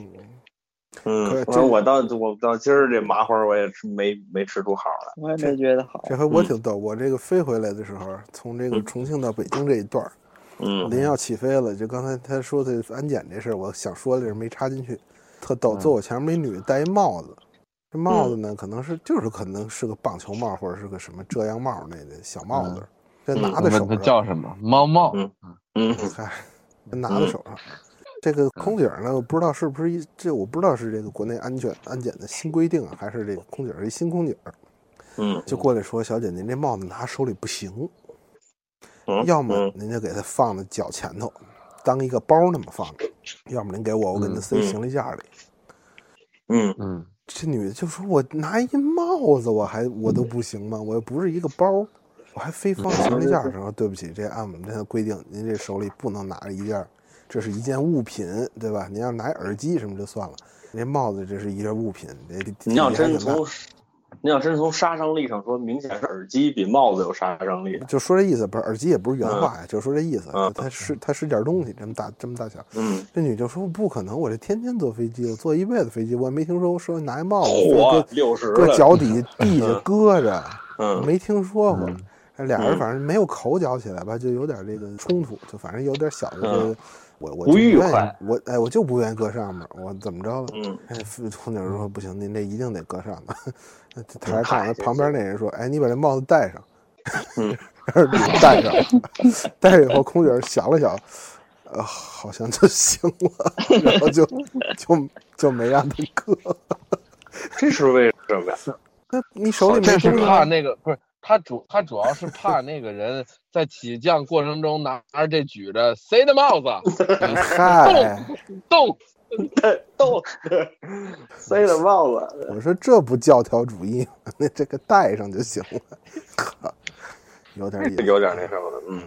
S1: 嗯
S4: 可是，
S1: 我
S4: 这
S1: 说我到我到今儿这麻花我也吃没没吃出好来。
S5: 我也没觉得 好。
S4: 这回我
S1: 嗯
S4: 挺逗，我这个飞回来的时候，从这个重庆到北京这一段儿，
S1: 嗯
S4: 临要起飞了，就刚才他说的安检这事儿，我想说的是没插进去，特
S1: 嗯
S4: 逗。坐我前面一女的戴一帽子，这帽子呢，可能是就是可能是个棒球帽或者是个什么遮阳帽那的小帽子，这拿在 手
S2: 问他啊
S4: 上，
S2: 叫什么？猫猫。
S1: 嗯嗯
S4: 嗨，这拿在手上。这个空姐呢，我不知道是不是一这，我不知道是这个国内安全安检的新规定啊，还是这个空姐儿是一新空姐儿，
S1: 嗯
S4: 就过来说：“小姐，您这帽子拿手里不行，
S1: 嗯，
S4: 要么
S1: 嗯
S4: 您就给它放在脚前头，当一个包那么放着；要么您给我，我给您塞
S1: 嗯
S4: 行李架里。
S1: 嗯
S2: 嗯
S4: 这女的就说：“我拿一帽子，我还我都不行吗？我又不是一个包，我还非放行李架上。说对不起，这按我们这个规定，您这手里不能拿着一件，这是一件物品，对吧？您要拿耳机什么就算了，您这帽子这是一件物品。这
S1: 你要
S4: 这还
S1: 真
S4: 挺大
S1: 从你要真从杀伤力上说，明显是耳机比帽子有杀伤力。
S4: 就说这意思，不是耳机也不是原话呀，就说这意思
S1: 嗯，
S4: 它是它是点东西，这么大这么大小。
S1: 嗯，
S4: 这女就说不可能，我这天天坐飞机，我坐一辈子飞机，我也没听说过说拿一帽子
S1: 火
S4: 搁
S1: 六十
S4: 搁
S1: 了，
S4: 脚底地下搁着，
S1: 嗯
S4: 没听说过。哎俩人反正没有口角起来吧，就有点这个冲突，就反正有点小的这个，我我
S1: 嗯
S4: 就
S1: 不愉
S4: 愿意
S1: 快，
S4: 我哎我就不愿意搁上面，我怎么着了？
S1: 嗯
S4: 哎，空姐说不行，您这一定得搁上 的。他还看着旁边那人说：“哎，你把这帽子戴上。”
S1: 嗯，
S4: 然后你戴上，戴上以后，空姐想了想，呃，好像就行了，然后就就就没让他搁。
S1: 这是为什么呀？
S4: 那你手里没
S2: 这是
S4: 东西
S2: 怕那个不是他主他主要是怕那个人在起降过程中拿着这举着谁的帽子
S4: 嗨，
S2: 动，
S1: 逗， 塞了帽子，
S4: 我说这不教条主义吗？那这个戴上就行了，呵有点 意思，
S1: 有点那什么的，嗯。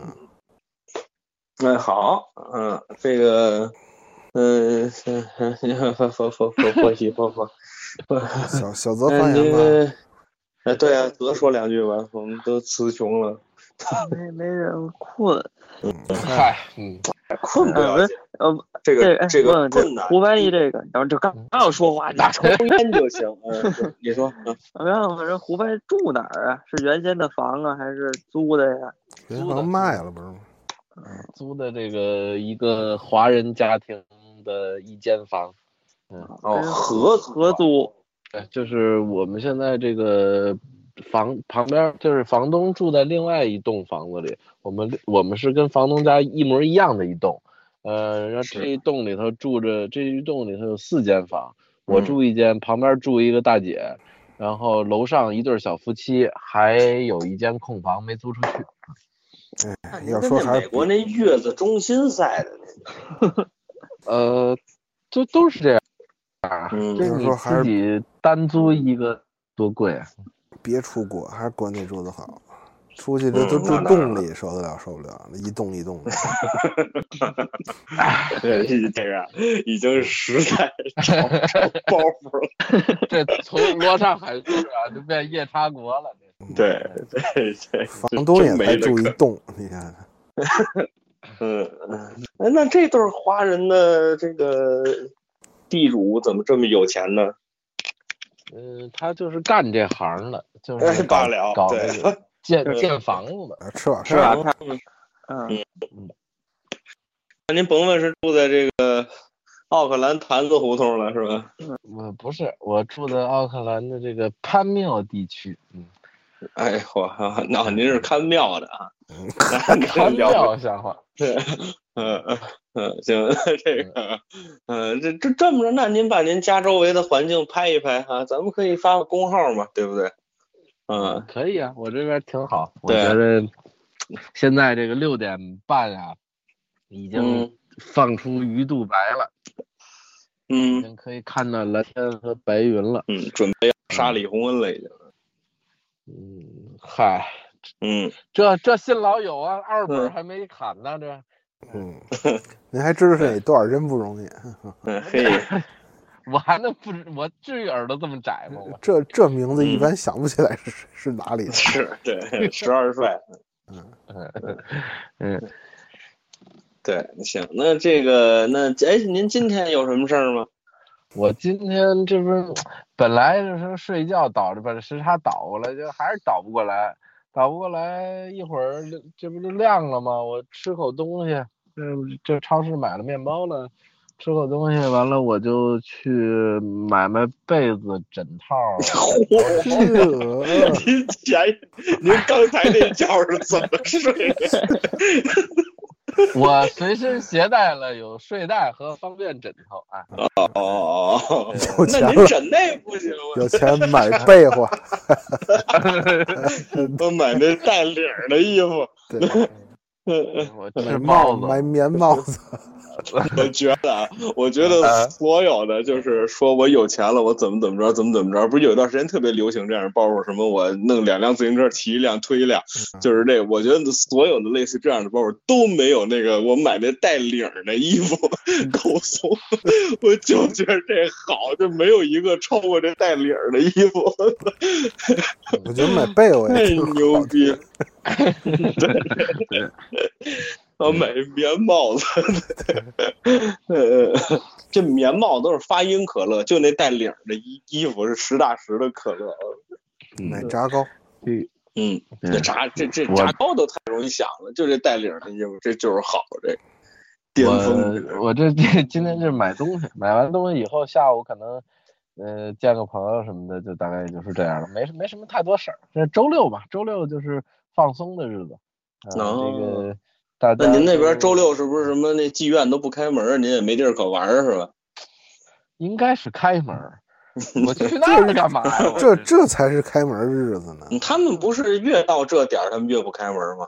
S1: 那好，嗯，这个， 嗯，佛佛佛佛佛西佛佛，
S4: 小小泽发
S1: 嗯，
S4: 言
S1: 这
S4: 吧，
S1: 个，哎，对啊，多说两句吧，我们都词穷了，
S5: 没没人困。
S2: 嗨，嗯，
S1: 哎困啊不了紧，
S5: 呃，
S1: 这
S5: 这
S1: 个这个困难，
S5: 胡翻译这个，然后就刚
S2: 嗯
S5: 刚要说话，
S1: 拿抽烟就行。嗯，你说，
S5: 然后这胡翻译住哪儿啊？是原先的房啊，还是租的呀？
S4: 人房卖了不是吗？
S2: 租的这个一个华人家庭的一间房，
S1: 哦，合
S5: 合租
S2: 呃，就是我们现在这个房旁边，就是房东住在另外一栋房子里，我们我们是跟房东家一模一样的一栋，呃，然后这一栋里头住着这一栋里头有四间房，我
S1: 嗯
S2: 住一间，旁边住一个大姐，然后楼上一对儿小夫妻，还有一间空房没租出去。
S4: 哎要说还
S1: 美
S4: 是
S1: 国那月子中心赛的
S2: 呃，这都是这样啊，
S1: 嗯
S2: 这
S4: 就是
S2: 你
S4: 说还是
S2: 自己单租一个多贵啊？
S4: 别出国，还是国内住的好。出去这都
S1: 嗯
S4: 住
S1: 那当然
S4: 洞里，受得了受不了？那一栋 一栋的，
S1: 这个已经实在 找不着包袱了。
S2: 这从罗刹海市啊，就变夜叉国了。这
S1: 对对对，
S4: 房东也
S1: 真没
S4: 才
S1: 得
S4: 住一
S1: 可
S4: 栋，你看看，
S1: 嗯，哎那这对华人的这个地主怎么这么有钱呢？
S2: 嗯，他就是干这行的，就
S1: 哎
S2: 是
S1: 罢
S2: 搞
S1: 了
S2: 搞
S1: 对
S2: 这个建建房子的。
S4: 啊 吃饱
S5: 是
S4: 吃
S5: 吧？
S4: 饱，
S5: 他
S1: 嗯
S5: 嗯，
S1: 您甭问是住在这个奥克兰坛子胡同了是吧？
S2: 我不是，我住的奥克兰的这个潘庙地区。嗯，
S1: 哎我那您是看庙的啊？
S2: 潘
S1: 看
S2: 庙像话。
S1: 嗯嗯嗯，行，这个，嗯，这这这么着，那您把您家周围的环境拍一拍哈、咱们可以发个公号嘛，对不对？嗯，
S2: 可以啊，我这边挺好。我
S1: 对
S2: 觉得现在这个六点半啊，已经
S1: 嗯
S2: 放出鱼肚白了，已
S1: 嗯
S2: 经可以看到蓝天和白云了。
S1: 嗯，准备要杀李洪恩了已经。
S2: 嗯，嗨，
S1: 嗯，
S2: 这这新老友啊，二
S1: 嗯
S2: 本还没砍呢，这
S4: 嗯， 您还知道是哪段儿，真不容易。
S1: 嗯嘿，
S2: 我还能不知我至于耳朵这么窄吗？我
S4: 这这名字一
S1: 嗯
S4: 般想不起来是谁是哪 里的。
S1: 是对，十二帅，
S2: 嗯，
S1: 对，行，那这个，那哎，您今天有什么事儿 吗？
S2: 我今天这不是本来就是睡觉倒着把这时差倒过来，就还是倒不过来，倒不过来一会儿这不就亮了吗？我吃口东西，这这超市买了面包了。吃口东西，完了我就去买买被子、枕套，
S1: 嚯，
S4: 这
S1: 您前您刚才那觉是怎么睡的？
S2: 我随身携带了有睡袋和方便枕头啊。
S1: 哦哦哦，
S4: 有钱
S1: 那
S4: 了
S1: 您枕那不行吗？
S4: 有钱买被窝，
S1: 我买那带领儿的衣服，
S4: 对，
S2: 我
S4: 买
S2: 吃
S4: 呃帽
S2: 包
S4: 子
S2: 子，
S4: 买棉帽子，
S1: 我 觉得啊，我觉得
S2: 嗯
S1: 所有的就是说我有钱了，我怎么怎么着，怎么怎么着，不是有一段时间特别流行这样的包袱，什么我弄两辆自行车，骑一辆推一辆，就是这个。我觉得所有的类似这样的包袱都没有那个我买那带领儿的衣服 够怂， 我就觉得这好，就没有一个超过这带领儿的衣服，
S4: 我觉得买被窝
S1: 太
S4: 也挺
S1: 牛
S4: 好的。
S1: 逼。 对，我买棉帽子，呃， 这棉帽都是发音可乐，就那带领儿的衣衣服是实打实的可乐。
S4: 买炸糕，
S1: 嗯，
S2: 嗯
S1: 这炸这这
S2: 我
S1: 炸糕都太容易想了，就这带领儿的衣服，这就是好这个巅峰。
S2: 我我这这今天就是买东西，买完东西以后下午可能，呃，见个朋友什么的，就大概也就是这样了，没没什么太多事儿。这周六吧，周六就是放松的日子。呃
S1: 哦
S2: 这个大家
S1: 那您那边
S2: 都
S1: 周六是不是什么那妓院都不开门儿，您也没地儿可玩儿是吧？
S2: 应该是开 门儿，我去那儿干嘛呀？我
S4: 这这才是开门日子呢。
S1: 嗯他们不是越到这点儿他们越不开门儿吗？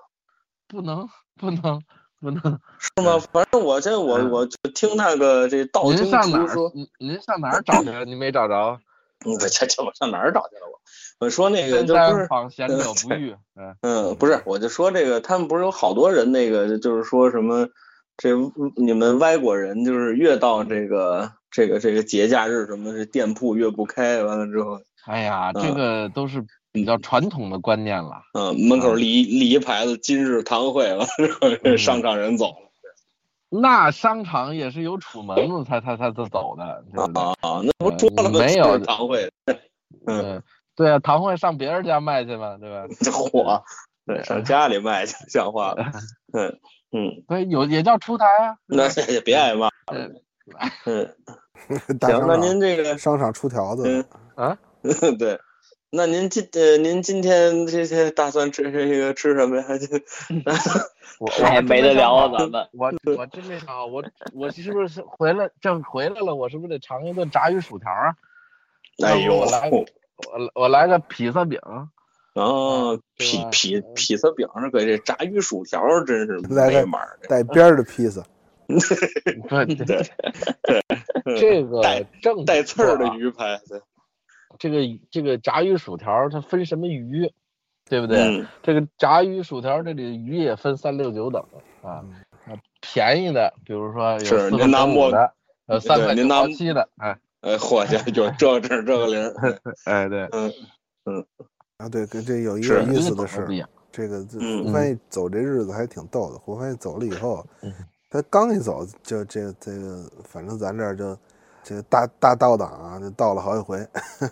S2: 不能不能不能。
S1: 是吗？反正我这我
S2: 嗯
S1: 我就听那个这道
S2: 您
S1: 听
S2: 上哪
S1: 途
S2: 儿
S1: 说，？
S2: 您您上哪儿找去了？您没找着？
S1: 嗯，这这我上哪儿找去了我？我说那个
S2: 三
S1: 就不
S2: 山
S1: 是，呃
S2: 访贤者不遇。嗯，
S1: 嗯，不是，我就说这个，他们不是有好多人那个，就是说什么，这你们外国人就是越到这个这个这个节假日什么的，这店铺越不开，完了之后，
S2: 哎呀，这
S1: 嗯
S2: 个都是比较传统的观念了。
S1: 嗯，门口立一立一牌子“今日堂会”，完了之后
S2: 嗯
S1: 这商场人走了
S2: 那商场也是有楚门子才才才才走的，对不对？
S1: 啊，那不说了吗？
S2: 嗯没有
S1: 今日堂会， 嗯，
S2: 嗯，对啊，唐会上别人家卖去嘛，对吧？
S1: 这火，对，上家里卖去，像话 吗？嗯嗯。
S2: 对，有也叫出台啊。
S1: 那也别挨骂了。嗯，
S4: 大啊
S1: 行，
S4: 商
S1: 那
S4: 场
S1: 您嗯这个
S4: 商场出条子，
S1: 对，那您今呃您今天这些打算吃这个吃什么呀？
S2: 我
S5: 哎呀，没得聊啊，咱 们。
S2: 我我真没想好，我我是不是回来正回来了？我是不是得尝一顿炸鱼薯条啊？
S1: 哎呦
S2: 我来，我我来个披萨饼，
S1: 哦，啊
S2: 嗯
S1: 披披披萨饼是搁这炸鱼薯条真是没门儿。
S4: 带边儿的披萨，
S2: 嗯对 对，这个
S1: 带
S2: 正
S1: 带刺儿
S2: 不错
S1: 的
S2: 啊
S1: 鱼排，对
S2: 这个这个炸鱼薯条它分什么鱼？对不对？
S1: 嗯
S2: 这个炸鱼薯条，这里鱼也分三六九等啊。啊，便宜的，比如说有
S1: 是
S2: 四块
S1: 您拿
S2: 九
S1: 墨
S2: 五的，呃，三块
S1: 您
S2: 九
S1: 拿
S2: 毛七的，哎
S1: 哎，伙计，有这这这个零儿，
S2: 哎对，
S1: 嗯
S4: 啊，对，跟这有一
S1: 是
S4: 个
S2: 跟
S4: 有意思
S2: 口
S4: 的
S2: 味
S4: 事
S2: 不一，样。
S4: 这个这
S1: 嗯
S4: 胡翻译走这日子还挺逗的。胡翻译走了以后
S2: 嗯，
S4: 他刚一走就这这个，反正咱这儿就这大大倒档啊，就倒了好几回，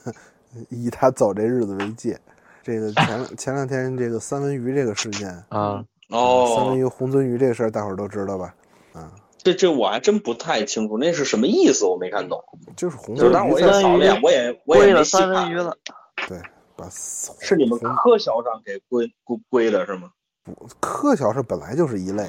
S4: 以他走这日子为界。这个前两前两天这个三文鱼这个事件，
S2: 啊，
S4: 三
S1: 哦
S4: 文，鱼红鳟鱼这事儿大伙儿都知道吧？
S1: 这这我还真不太清楚，那是什么意思？我没看懂。
S4: 就是红
S1: 就是当
S4: 鳟
S1: 时
S4: 鱼
S1: 我
S4: 在
S1: 也扫了一眼，我也我
S3: 归
S1: 也没
S3: 了
S1: 细
S3: 三文
S1: 看
S3: 鱼。了，
S4: 把
S1: 是你们
S4: 红
S1: 科小长给归归归的是吗？
S4: 科桥上本来就是一类，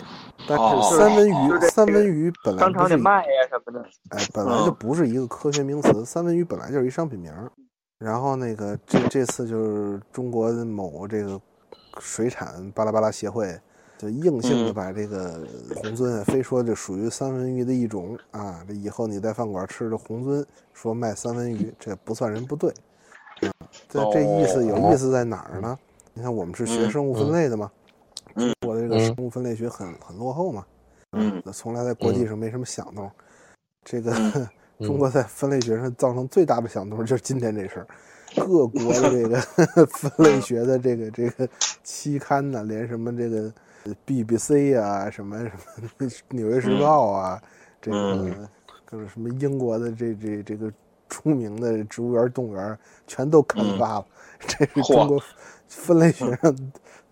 S4: 但
S1: 哦
S4: 是三文
S3: 就
S4: 鱼
S3: 是这
S4: 三文鱼本来
S3: 商
S4: 不
S3: 场
S4: 是
S3: 里
S4: 一
S3: 卖呀什么的。
S5: 嗯
S4: 哎，本
S1: 嗯
S4: 来就不是一个科学名词，三文鱼本来就是一商品名儿。然后那个这这次就是中国的某这个水产巴拉巴拉协会，就硬性的
S1: 嗯
S4: 把这个红鳟啊非说这属于三文鱼的一种啊，这以后你在饭馆吃的红鳟说卖三文鱼，这不算人不对。啊这这意思有意思在哪儿呢？你看我们是学
S1: 嗯
S4: 生物分类的嘛，
S1: 嗯
S4: 中国的这个
S2: 嗯
S4: 生物分类学很很落后嘛，
S1: 嗯，
S4: 从来在国际上没什么响动。这个、
S1: 嗯
S4: 中国在分类学上造成最大的响动就是今天这 事儿，各国的这个 分类学的这个这个期刊呢、连什么这个 BBC 啊，什么什么《纽约
S1: 嗯
S4: 时报》啊，这个各种什么英国的这这这个出名的植物园、动物园全都刊发了，这是
S1: 嗯嚯嗯
S4: 中国分类学上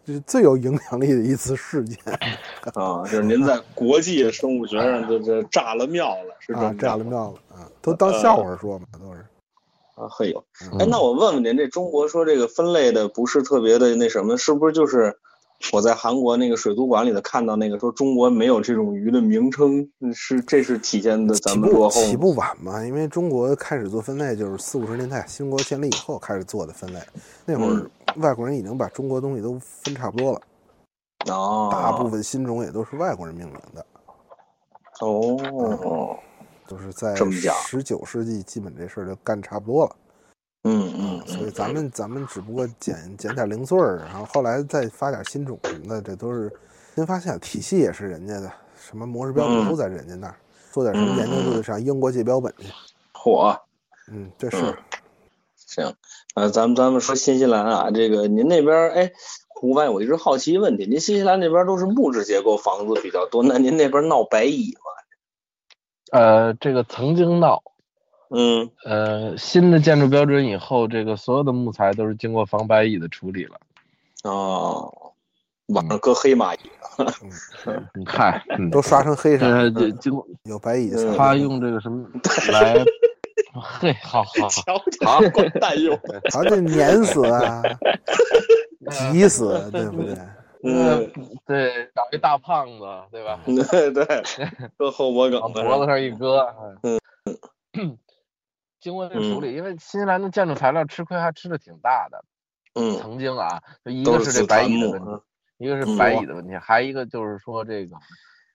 S4: 就是最有影响力的一次事件。
S1: 啊，就是您在国际生物学上这这炸了庙了，是这
S4: 啊
S1: 么，着
S4: 炸了庙了啊，都当笑话说嘛，都是。
S1: 啊，嘿呦，
S4: 嗯
S1: 哎，那我问问您，这中国说这个分类的不是特别的那什么，是不是就是我在韩国那个水族馆里头看到那个说中国没有这种鱼的名称，嗯是这是体现的呃咱
S4: 起
S1: 们
S4: 步
S1: 落后
S4: 起
S1: 吗？
S4: 步晚嘛，因为中国开始做分类就是四五十年代新国建立以后开始做的分类，那会儿
S1: 嗯
S4: 外国人已经把中国东西都分差不多了，
S1: 哦，
S4: 大部分新种也都是外国人命名的，
S1: 哦，
S4: 都是在
S1: 这么讲
S4: 十九世纪基本这事儿就干差不多了，
S1: 嗯嗯，嗯
S4: 所以咱们咱们只不过捡捡点零碎儿，然后后来再发点新种什么的，这都是新发现，体系也是人家的，什么模式标
S1: 嗯
S4: 准都在人家那儿，做点什么研究就得上英国借标本去，
S1: 火。
S4: 嗯，这是。
S1: 嗯行，呃，咱们咱们说新西兰啊，这个您那边儿，哎，胡万，我一直好奇一问题，您新西兰那边都是木质结构房子比较多，那您那边闹白蚁吗？
S2: 呃，这个曾经闹，
S1: 嗯，
S2: 呃，新的建筑标准以后，这个所有的木材都是经过防白蚁的处理了。
S1: 哦，网上搁黑蚂蚁，
S2: 你看， 嗯，
S4: 都刷成黑
S1: 啊
S4: 色，
S2: 呃，这经过
S4: 有白蚁
S1: 嗯
S4: 的。
S2: 他用这个什么来， 嘿，好好好，
S1: 瞧 瞧这滚蛋用，
S4: 啊，这碾 死啊，急死，啊对不对？
S1: 嗯，
S2: 呃对，找一大胖子，对吧？
S1: 对对，搁后脖梗
S2: 往
S1: 子
S2: 脖子
S1: 上，
S2: 上一搁，嗯，
S1: 嗯
S2: 经过这个处理，因为新西兰的建筑材料吃亏还吃的挺大的，
S1: 嗯，
S2: 曾经啊，就一
S1: 都
S2: 个
S1: 是
S2: 是
S1: 紫
S2: 这白
S1: 檀
S2: 蚁的
S1: 木
S2: 问题，
S1: 啊，
S2: 一个
S1: 嗯
S2: 是白蚁的问题，还一个就是说这个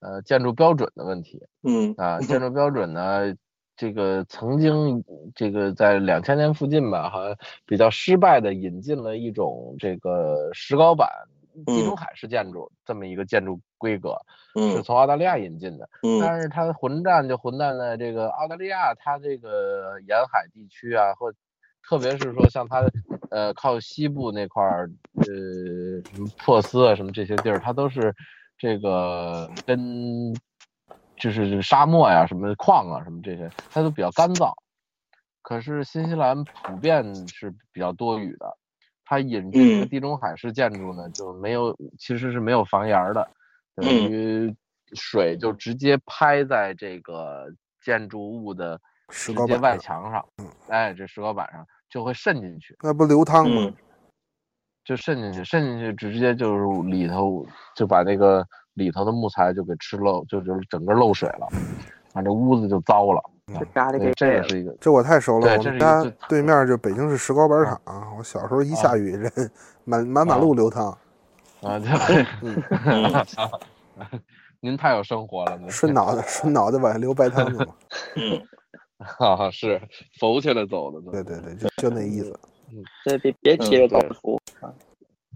S2: 呃建筑标准的问题
S1: 嗯
S2: 啊，建筑标准呢。这个曾经，这个在两千年附近吧，好像比较失败的引进了一种这个石膏板地中
S1: 嗯
S2: 海式建筑这么一个建筑规格，是
S1: 嗯
S2: 从澳大利亚引进的。
S1: 嗯
S2: 但是它混战就混战在这个澳大利亚，它这个沿海地区啊，或特别是说像它呃靠西部那块儿，呃什么珀斯啊什么这些地儿，它都是这个跟就是沙漠呀、什么矿啊什么这些，它都比较干燥。可是新西兰普遍是比较多雨的，它引进的
S1: 嗯
S2: 地中海式建筑呢，就没有其实是没有房檐儿的，等
S1: 嗯
S2: 于水就直接拍在这个建筑物的
S4: 石
S2: 直
S4: 膏
S2: 接
S4: 板
S2: 外
S4: 上，嗯
S2: 墙上，哎，这石膏板上就会渗进去，
S4: 那不流汤吗？
S1: 嗯
S2: 就渗进去，渗进去直接就是里头就把那个里头的木材就给吃漏，就就整个漏水了，啊，这屋子就糟了，
S3: 这炸的
S2: 所以
S3: 给
S2: 这也是一个，
S4: 这我太熟了，
S2: 对
S4: 我
S2: 这
S4: 们
S2: 是一
S4: 家
S2: 个最嗯
S4: 对面就北京市石膏板厂。我小时候一下 雨，人满满马路流汤，
S2: 啊，对，
S1: 嗯
S2: 您太有生活了，您
S4: 顺脑袋顺脑袋往下流白汤 子嘛。
S1: 嗯，
S2: 啊是浮起来走的呢，
S5: 嗯
S4: 对对对，就就那意思。
S5: 这别别提这老虎，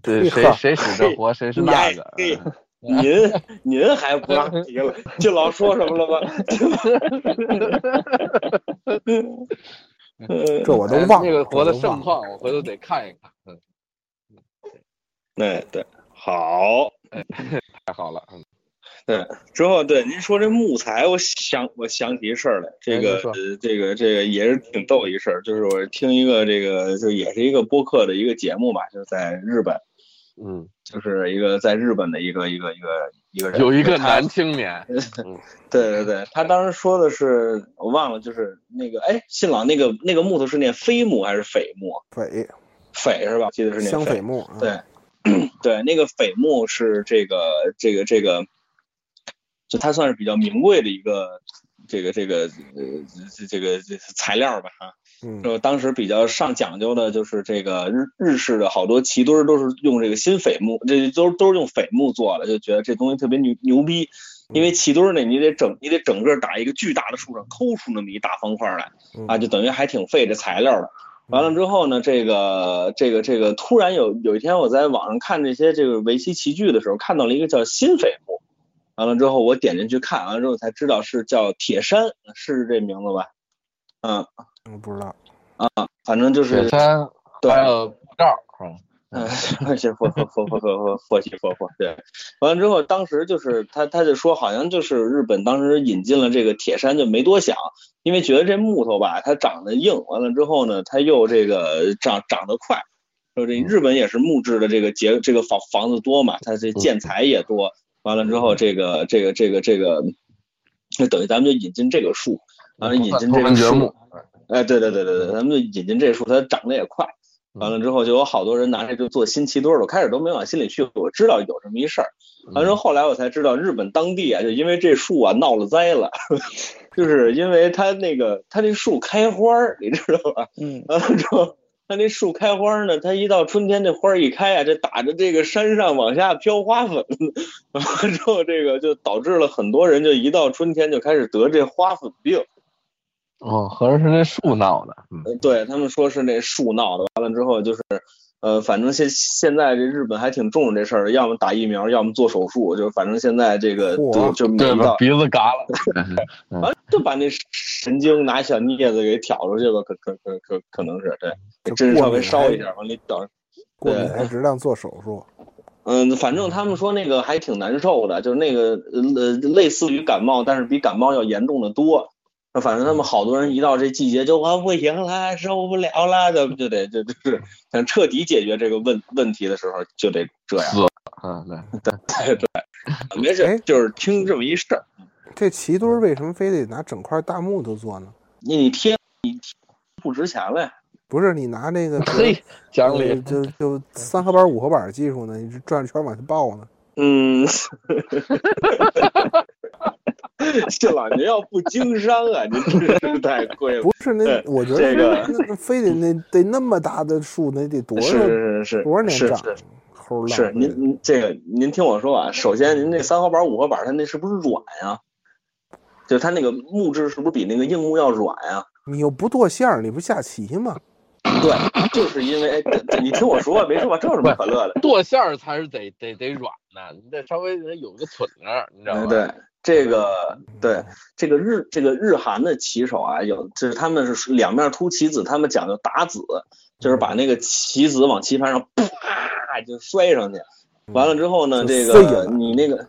S2: 对，谁谁使这活， 谁是那个。嗯
S1: 嘿您您还不让提了？就老说什么了 吗？嗯
S4: 这我
S1: 哎
S4: 都忘了。
S2: 哎那个活的盛况，我回头得看一看。嗯，
S1: 对对，好，
S2: 太好了。嗯，
S1: 对，之后对您说这木材，我想我想起一事儿来，这个呃这个这个也是挺逗一事儿，就是我听一个这个就也是一个播客的一个节目吧，就在日本。
S2: 嗯，
S1: 就是一个在日本的一个一个一个一个人，
S2: 有一个男青年，
S1: 对对对，他当时说的是我忘了，就是那个哎，新郎那个那个木头是念飞木还是斐木？
S4: 斐
S1: 斐是吧？记得是念
S4: 香
S1: 斐
S4: 木。
S1: 对、嗯、对，那个斐木是这个这个这个，就它算是比较名贵的一个这个这个呃这个材料吧哈。
S4: 嗯
S1: 就当时比较上讲究的，就是这个日日式的好多旗墩儿都是用这个新斐木，这都都是用斐木做的，就觉得这东西特别牛牛逼。因为旗墩儿呢，你得整，你得整个打一个巨大的树上抠出那么一大方块来，
S4: 嗯
S1: 啊，就等于还挺费这材料的。完了之后呢，这个这个这个，突然有有一天我在网上看这些这个围棋棋具的时候，看到了一个叫新斐木。完了之后我点进去看，完了之后才知道是叫铁山，是这名字吧？嗯。
S4: 我不知道
S1: 啊，反正就是
S2: 三，
S1: 对，
S2: 还有布罩，
S1: 嗯， 是佛佛佛佛佛佛西佛佛，对。完了之后，当时就是他他就说，好像就是日本当时引进了这个铁山，就没多想，因为觉得这木头吧，它长得硬，完了之后呢，它又这个长长得快，就这日本也是木质的这个结这个房房子多嘛，它这建材也多，完了之后这个这个这个这个，那等于咱们就引进这个树，完了啊引进这个树。哎，对对对对对，咱们就引进这树，它长得也快。完了之后，就有好多人拿这就做新旗墩儿。我开始都没往心里去，我知道有这么一事儿。
S2: 嗯
S1: 完之后，后来我才知道，日本当地啊，就因为这树啊闹了灾了， 就是因为它那个它这树开花儿，你知道吧？
S5: 嗯。
S1: 完了之后，它那树开花呢，它一到春天这花一开啊，这打着这个山上往下飘花粉。 完了之后，这个就导致了很多人就一到春天就开始得这花粉病。
S2: 哦，合着是那树闹的。
S1: 嗯，对他们说是那树闹的，完了之后就是，呃，反正现现在这日本还挺重视这事儿，要么打疫苗，要么做手术，就反正现在这个就就
S2: 对
S1: 把
S2: 鼻子 嘎了，
S1: 完啊、就把那神经拿小镊子给挑出去吧，可可可可可能是对，真是稍微烧一下往里挑，
S4: 过敏 还适量做手术。
S1: 嗯，反正他们说那个还挺难受的，就是那个呃类似于感冒，但是比感冒要严重的多。反正他们好多人一到这季节就啊不行啦，受不了啦，咱们就得就就是想彻底解决这个问问题的时候就得这样。
S2: 啊，对
S1: 对对，没事，就是听这么一事儿。
S4: 这旗墩为什么非得拿整块大木头做呢？
S1: 你你贴你不值钱了呀？
S4: 不是，你 拿那个
S2: 嘿讲理，
S4: 就就三合板五合板技术呢，你转圈往下抱呢。
S1: 嗯， 这老您要不经商啊，您真是太贵了。
S4: 不是那，我觉得
S1: 这个
S4: 那非得那得那么大的树，那得多少
S1: 是是是
S4: 多少年长？
S1: 是是您您这个您听我说啊，首先您那三合板五合板，它那是不是软呀、啊？就它那个木质是不是比那个硬木要软呀、啊？
S4: 你又不剁馅儿，你不下棋吗？
S1: 对，就是因为哎你听我说，没说吧，这有什么可乐的？
S2: 剁馅儿才是得得得软呢、啊，你得稍微得有个寸儿，你知道吗？
S1: 哎
S2: 嗯
S1: 对，这个对这个日这个日韩的棋手啊，有就是他们是两面凸棋子，他们讲究打子，就是把那个棋子往棋盘上啪就摔上去，
S2: 嗯
S1: 完了之后呢，这个你那个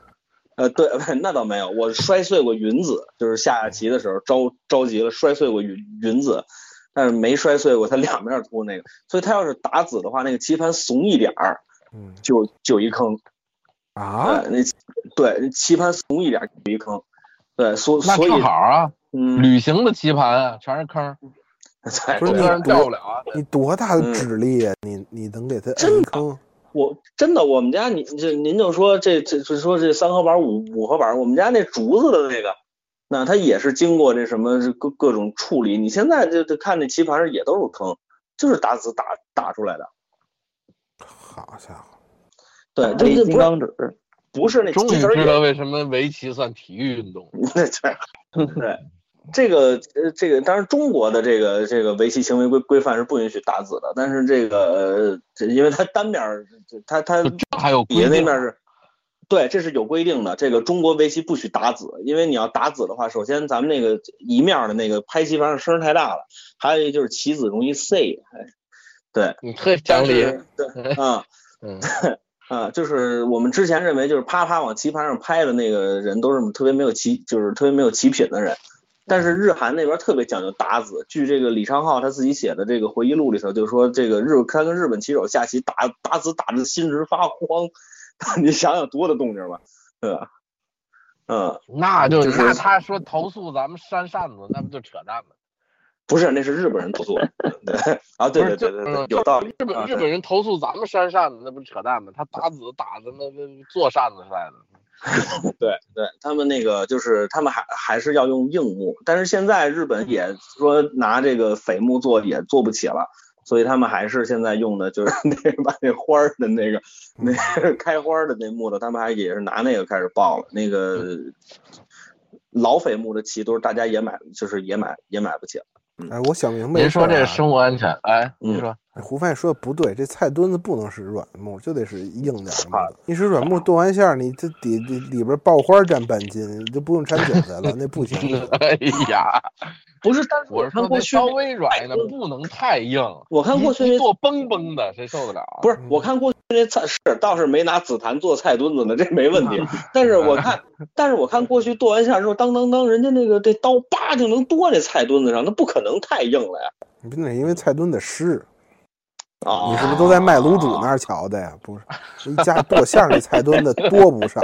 S1: 呃对， 那倒没有，我摔碎过云子，就是下棋的时候着着急了，摔碎过云云子。但是没摔碎过，它两面凸那个，所以它要是打子的话，那个棋盘怂一点儿，
S4: 嗯，
S1: 就就一坑
S4: 啊。
S1: 呃那对棋盘怂一点儿就一坑，对，所所以
S2: 好啊，
S1: 嗯，
S2: 旅行的棋盘啊，全是坑，
S1: 对，
S4: 不是
S2: 人掉不了啊。
S4: 你多大
S1: 嗯
S4: 的指力啊？你你能给他
S1: 真
S4: 坑？
S1: 我真的，我们家你这您就说这这就说这三合板五五合板，我们家那竹子的那个。那它也是经过这什么各各种处理，你现在就就看这棋盘上也都是坑，就是打子打打出来的。
S4: 好家伙！
S1: 对，
S5: 这
S1: 这
S5: 金啊刚指
S1: 不是那
S2: 终于
S1: 金子
S2: 知道为什么围棋算体育运动。
S1: 那对，这个呃，这个当然中国的这个这个围棋行为规规范是不允许打子的，但是这个、呃这因为它单面儿，这它它
S2: 这还有
S1: 底下
S2: 规
S1: 那
S2: 定
S1: 面是，对，这是有规定的。这个中国围棋不许打子，因为你要打子的话，首先咱们那个一面儿的那个拍棋盘上声儿太大了，还有一个就是棋子容易碎。哎对，
S2: 你特
S1: 但
S2: 讲理，
S1: 是 对，啊、
S2: 嗯，
S1: 啊，就是我们之前认为就是啪啪往棋盘上拍的那个人都是特别没有棋，就是特别没有棋品的人。但是日韩那边特别讲究打子，据这个李昌镐他自己写的这个回忆录里头，就说这个日他跟日本棋手下棋打打子打的心直发慌， 你想想多大动静吧，对吧？嗯，
S2: 那就
S1: 就是
S2: 那他说投诉咱们扇扇子，那不就扯淡吗？
S1: 不是，那是日本人投诉的，对啊，对
S2: 不
S1: 对对
S2: 是就
S1: 对
S2: 嗯
S1: 对，有道理。
S2: 日本
S1: 啊
S2: 日本人投诉咱们扇扇子，那不是扯淡吗？他打子打的那那做扇子扇的，
S1: 对对，他们那个就是他们还还是要用硬木，但是现在日本也说拿这个斐木做也做不起了，所以他们还是现在用的就是那个把那花儿的那个那个开花儿的那木头，他们还也是拿那个开始爆了。那个老斐木的棋都是大家也买，就是也买也买不起了。
S4: 哎，我想明白一
S2: 您
S4: 事儿啊。
S2: 说这个生活安全，哎，
S1: 嗯
S2: 您说
S4: 哎胡范说的不对，这菜墩子不能是软木，就得是硬点儿的木
S1: 啊
S4: 头。你是软木剁完馅儿，你这底底里边爆花占半斤，你就不用掺韭菜了，那不行。
S2: 哎呀，
S1: 不是，但是
S2: 我是
S1: 看
S2: 说
S1: 过
S2: 那
S1: 去
S2: 稍微软一点
S1: 哎，
S2: 不能太硬。
S1: 我看过去
S2: 一
S1: 那
S2: 一做崩崩的，谁受得了啊？
S1: 不
S4: 嗯
S1: 是，我看过去那菜是倒是没拿紫檀做菜墩子呢，这没问 题。但是我看，但是我看过去剁完馅儿之后，当当当，人家那个这刀叭就能剁这菜墩子上，那不可能太硬了呀。
S4: 你不得因为菜墩子湿，
S1: 啊，
S4: 你是不是都在卖卤煮那儿瞧的呀？不是，一家剁馅儿那菜墩子多不上，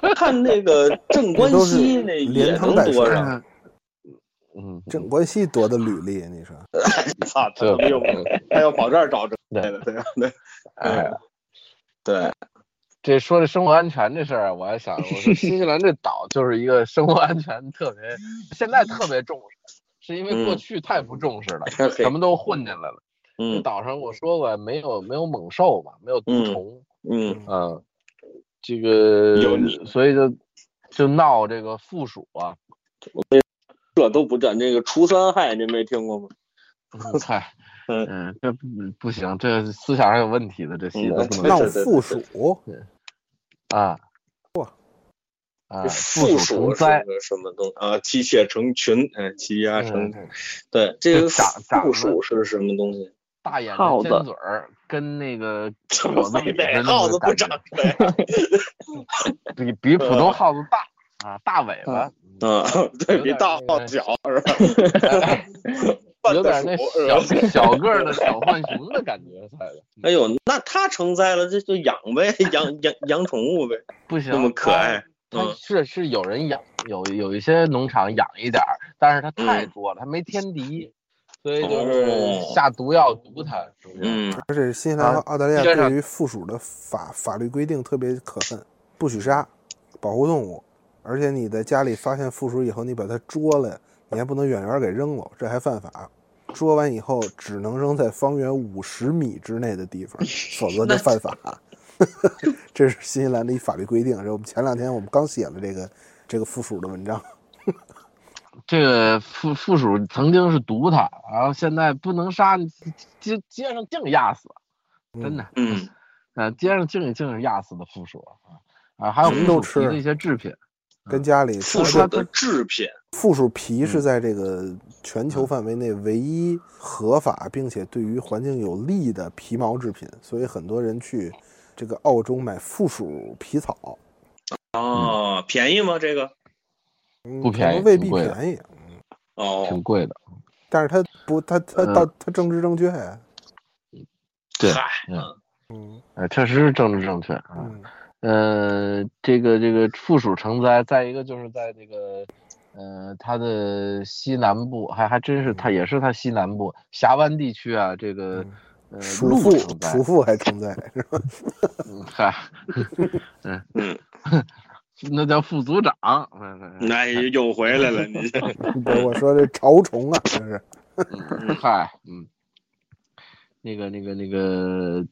S1: 我 看那个 镇关西那也能
S4: 不
S1: 剁
S4: 是
S1: 上。
S2: 嗯，
S4: 郑啊关西多的履历，你说
S1: 操，他
S2: 对
S1: 怎么又他要跑这儿找这
S2: 对
S1: 来的？对啊对啊
S2: 哎呀，
S1: 对，
S2: 这说这生活安全这事儿啊，我还想，我 说新西兰这岛就是一个生活安全特别，现在特别重视，是因为过
S1: 嗯
S2: 去太不重视了，
S1: 嘿
S2: 什么都混进来了。
S1: 嗯
S2: 岛上我说过没有没有猛兽嘛，没有毒
S1: 嗯
S2: 虫，
S1: 嗯
S2: 嗯，这个
S1: 有
S2: 所以就就闹这个附属啊，
S1: 这都不占这个除三害，您没听过吗？
S2: 嗨，
S1: 嗯
S2: 嗯，这不不行，这思想上有问题的，这戏
S1: 嗯
S2: 都不能
S1: 对
S4: 闹
S1: 对对
S4: 附属，
S2: 啊。
S4: 哇
S2: 啊，
S1: 附
S2: 附
S1: 属
S2: 成
S1: 是
S2: 灾，
S1: 个什么东啊？妻妾成群，嗯，欺压成
S2: 嗯，
S1: 对，这个
S2: 就长长
S1: 附属是什么东 西？
S2: 大眼
S5: 耗
S2: 睛
S5: 子
S2: 尖嘴儿，跟 那个
S1: 怎
S2: 果
S1: 么
S2: 子
S1: 非
S2: 狸似的
S1: 得
S2: 那
S1: 耗子
S2: 种
S1: 不
S2: 感觉
S1: 长 嗯腿？
S2: 比比普通耗子大啊，大尾巴，
S1: 嗯， 对比大耗子 小是吧？半
S2: 有
S1: 个
S2: 点
S1: 鼠
S2: 那
S1: 是吧？
S2: 小小个儿的小浣熊的感觉，猜的。
S1: 哎呦，那它成灾了，这就养呗，养养养宠物呗，
S2: 不行，
S1: 那么可爱。
S2: 它。它
S1: 嗯
S2: 是是有人养，有有一些农场养一点儿，但是它太多了，它没天敌，所以就是
S1: 嗯哦
S2: 下毒药毒它。是不是，
S1: 嗯，
S4: 而且新西兰和澳大利亚
S2: 接着
S4: 对于附属的法法律规定特别可恨，不许杀，保护动物，而且你在家里发现附属以后，你把它捉了，你还不能远远给扔了，这还犯法。捉完以后只能扔在方圆五十米之内 的地方，否则就犯法。 这是新西兰的一法律规定。这我们前两天我们刚写了这个这个附属的文章，
S2: 这个附附属曾经是毒它，然后现在不能杀，街街上净压死，真的。
S1: 嗯，
S2: 呃，街上净净是压死的附属啊，啊，还有
S1: 什
S2: 附
S1: 么
S4: 都
S2: 属皮的
S4: 吃
S2: 一些制品，
S4: 跟家里
S1: 附
S2: 它
S1: 属
S2: 它
S1: 的制品，
S4: 附属皮
S2: 嗯
S4: 是在这个全球范围内唯一合法并且对于环境有利的皮毛制品，所以很多人去这个澳洲买附属皮草，
S1: 哦，便宜吗？这个
S4: 嗯
S2: 不便宜
S4: 可能未必
S2: 挺贵的
S4: 便宜，
S1: 哦
S2: 挺，贵的。
S4: 但是它不，它它
S2: 嗯
S4: 到它政治正确呀，
S2: 对，
S1: 嗨，
S4: 嗯
S2: 呃，确实是政治正确啊。
S4: 嗯，
S2: 呃，这个这个附属成灾，再一个就是在这个，呃，它的西南部，还还真是它也是它西南部峡湾地区啊，这个呃
S4: 鼠
S2: 鹿
S4: 妇
S2: 成灾
S4: 鼠，妇还存在， 是吧
S2: 嗯 嗨，嗯
S1: 嗯，
S2: 那叫副组长，嗯嗯 嗯
S1: 那又回来了，你这
S4: 不是我说这潮虫啊，这是
S2: 嗯，嗨，嗯，那个那个那个